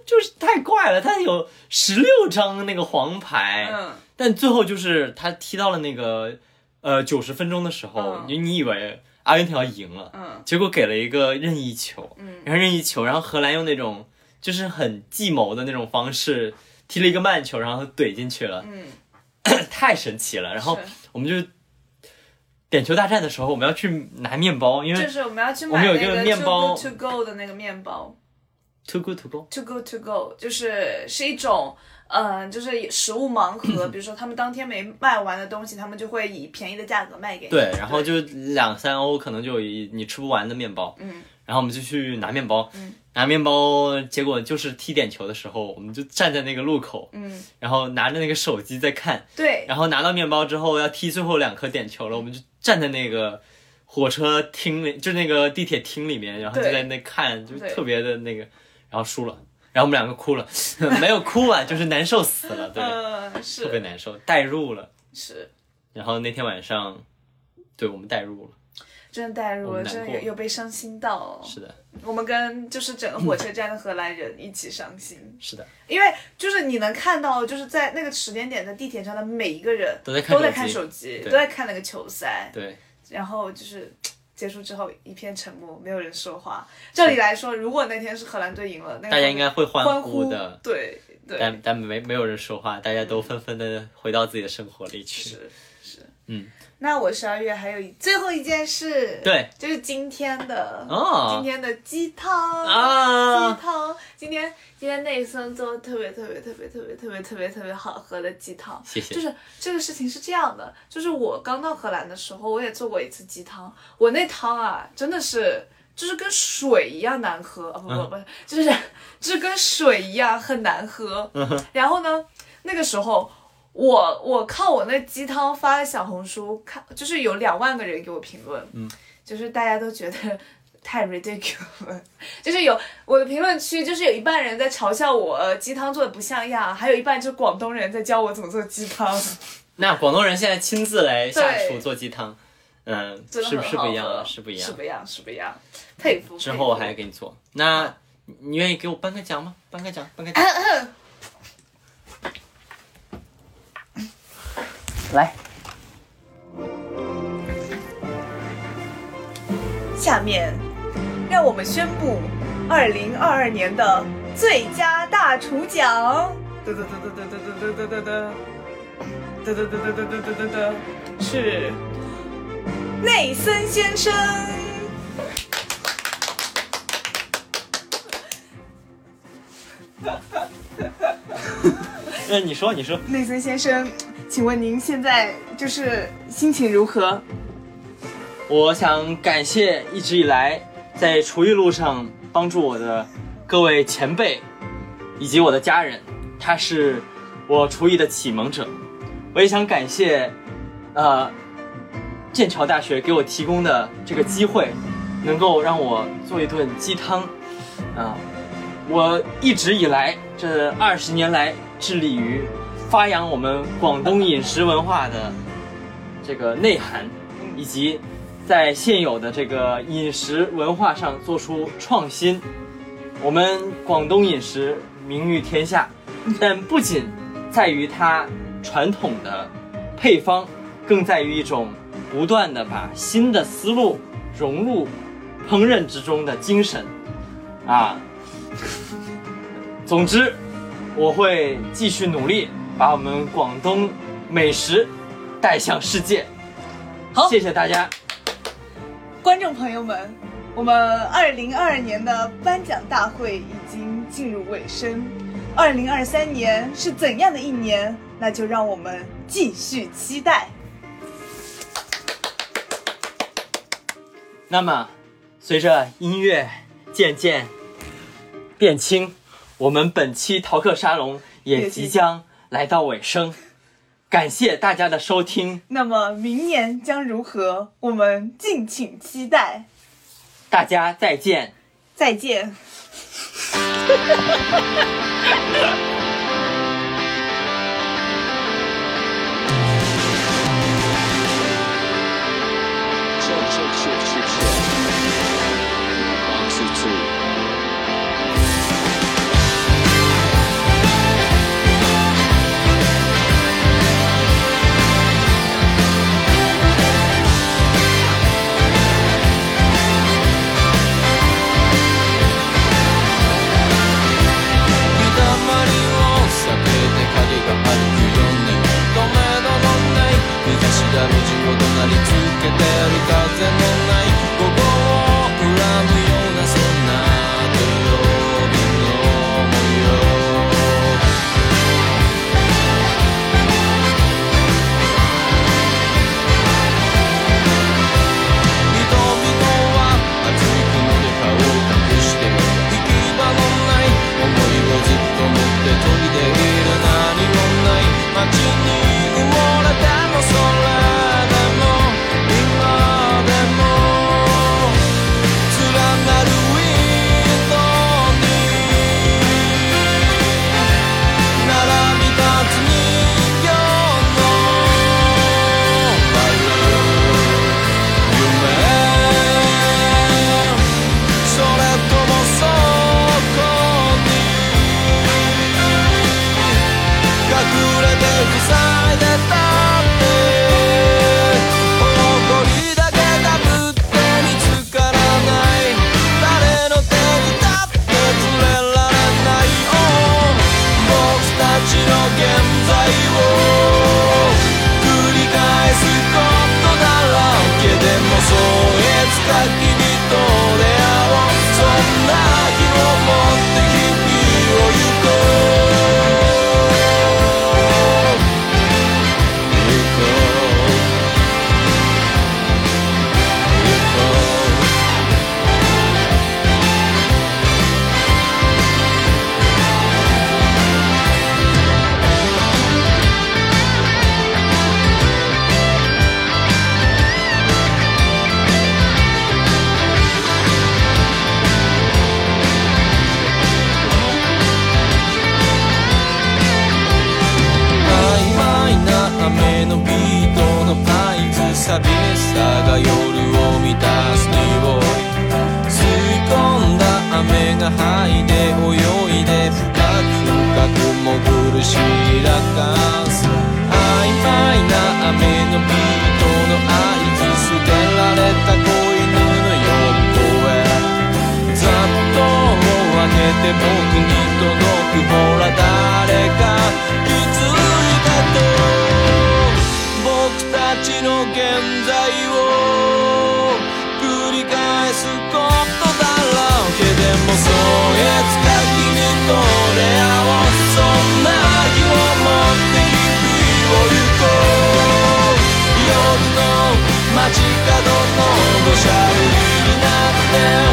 A: 就是太怪了，他有十六张那个黄牌，
C: 嗯，
A: 但最后就是他踢到了那个呃九十分钟的时候，
C: 嗯
A: 你、你以为阿根廷要赢了，
C: 嗯，
A: 结果给了一个任意球，
B: 嗯
A: 然后任意球，然后荷兰用那种就是很计谋的那种方式踢了一个慢球，然后怼进去了，
C: 嗯，
A: 太神奇了。然后
C: 是
A: 我们就点球大战的时候，我们要去拿面包，因
C: 就
A: 为
C: 是我们要去
A: 我们
C: 买
A: 有
C: 那
A: 一个面
C: to
A: 包
C: go to go 的那个面包
A: too good to go。
C: ，to go to go 就是是一种。嗯，就是食物盲盒， 比如说他们当天没卖完的东西，他们就会以便宜的价格卖给你。
A: 对，然后就两三欧，可能就有一你吃不完的面包。
B: 嗯，
A: 然后我们就去拿面包，
C: 嗯
A: 拿面包，结果就是踢点球的时候，我们就站在那个路口，
B: 嗯，
A: 然后拿着那个手机在看，
C: 对，
A: 然后拿到面包之后要踢最后两颗点球了，我们就站在那个火车厅里，就是那个地铁厅里面，然后就
C: 对
A: 在那看，就
C: 对
A: 特别的那个，然后输了，然后我们两个哭了， 没有哭啊，就是难受死了，对，
C: 嗯，
A: 特别
C: 是
A: 难受，代入了。
C: 是，
A: 然后那天晚上，对我们代入了，
C: 真的代入
A: 我
C: 了，
A: 们难
C: 真的
A: 过
C: 有有被伤心到。哦
A: 是的，嗯
C: 我们跟就是整个火车站的荷兰人一起伤心，
A: 是的，
C: 因为就是你能看到，就是在那个时间点在地铁上的每一个人
A: 都在看
C: 都在
A: 手
C: 看
A: 机
C: 手机，
A: 对
C: 都在看那个球赛，
A: 对，
C: 然后就是。结束之后一片沉默，没有人说话。照理来说，如果那天是荷兰队赢了，那个
A: 大家应该会
C: 欢
A: 欢
C: 呼
A: 呼的，
C: 对对，
A: 但但没没有人说话，大家都纷纷的回到自己的生活里去。
C: 是是，
A: 嗯。
C: 那我十二月还有一最后一件事，
A: 对，
C: 就是今天的
A: 哦
C: 今天的鸡汤
A: 啊
C: 鸡汤。今天今天内森做了特别特别特别特别特别特别特别好喝的鸡汤，
A: 谢谢
C: 就是这个事情是这样的，就是我刚到荷兰的时候，我也做过一次鸡汤，我那汤啊真的是。就是跟水一样难喝啊！不不不，
A: 嗯
C: 就是 就是跟水一样很难喝。
A: 嗯
C: 然后呢，那个时候我我靠我那鸡汤发了小红书，看就是有两万个人给我评论，嗯，就是大家都觉得太 ridiculous 了，就是有我的评论区就是有一半人在嘲笑我呃鸡汤做的不像样，还有一半就是广东人在教我怎么做鸡汤，
A: 那广东人现在亲自来下
C: 对
A: 厨做鸡汤，嗯，
C: 真的
A: 是
C: 很
A: 不是
C: 好
A: 不
C: 喝
A: 一样了？是不一
C: 是
A: 样。
C: 不一样，是不一样，佩服。
A: 之后
C: 佩服
A: 还给你做，那你你愿意给我颁个奖吗？颁个奖，颁 个奖。来，
C: 下面，让我们宣布二零二二年的最佳大厨奖。得得得得得得得得得得得得得得得得得得，是内森先生。
A: 嗯，你说，你说，
C: 内森先生，请问您现在就是心情如何？
A: 我想感谢一直以来在厨艺路上帮助我的各位前辈，以及我的家人，他是我厨艺的启蒙者。我也想感谢，呃，剑桥大学给我提供的这个机会，能够让我做一顿鸡汤。啊、我一直以来这二十年来致力于发扬我们广东饮食文化的这个内涵，以及在现有的这个饮食文化上做出创新。我们广东饮食名誉天下，但不仅在于它传统的配方，更在于一种不断的把新的思路融入烹饪之中的精神啊。总之，我会继续努力，把我们广东美食带向世界。
C: 好
A: 谢谢大家。
C: 观众朋友们，我们二零二二年的颁奖大会已经进入尾声，二零二三年是怎样的一年？那就让我们继续期待。
A: 那么，随着音乐渐渐变轻，我们本期逃课沙龙也
C: 也即
A: 即将来到尾声。感谢大家的收听，
C: 那么明年将如何？我们敬请期待。
A: 大家再见。
C: 再见。
D: Check, check, check, check, check. One, two, three.
E: 「ゆだまりを避けて影が歩くよね」「止めどのない日差しだ路地を怒鳴りつけてる風のない午後を恨むようなそんな土曜日の模様」人々は熱い雲で顔を隠して行き場のない思いをずっと持って途切れる何もない街に埋もれても空でも今でも連なるウィンドウに並び立つ人形のバル夢「それともそうこに」「隠れて塞いでたって」「誇りだけがぶって見つからない」「誰の手に立って連れられない」「僕たちの現在を」繰り返すことだらけでもそういつか君は君と出会おうそんな日を持って日々を行こう行こう行こう曖昧な雨のビートのパイプ寂しさが夜を満たす匂い吸い込んだ雨が吐いて泳いで深く深く潜る白かす曖昧な雨のビートの合図捨てられた子犬の横へざっとを上げて僕に届くほら誰か気づいたと僕たちの現在を繰り返すことだらけでもそういつか君と出会おうそんな日を持って日々を行こう夜の街角の土砂降りになって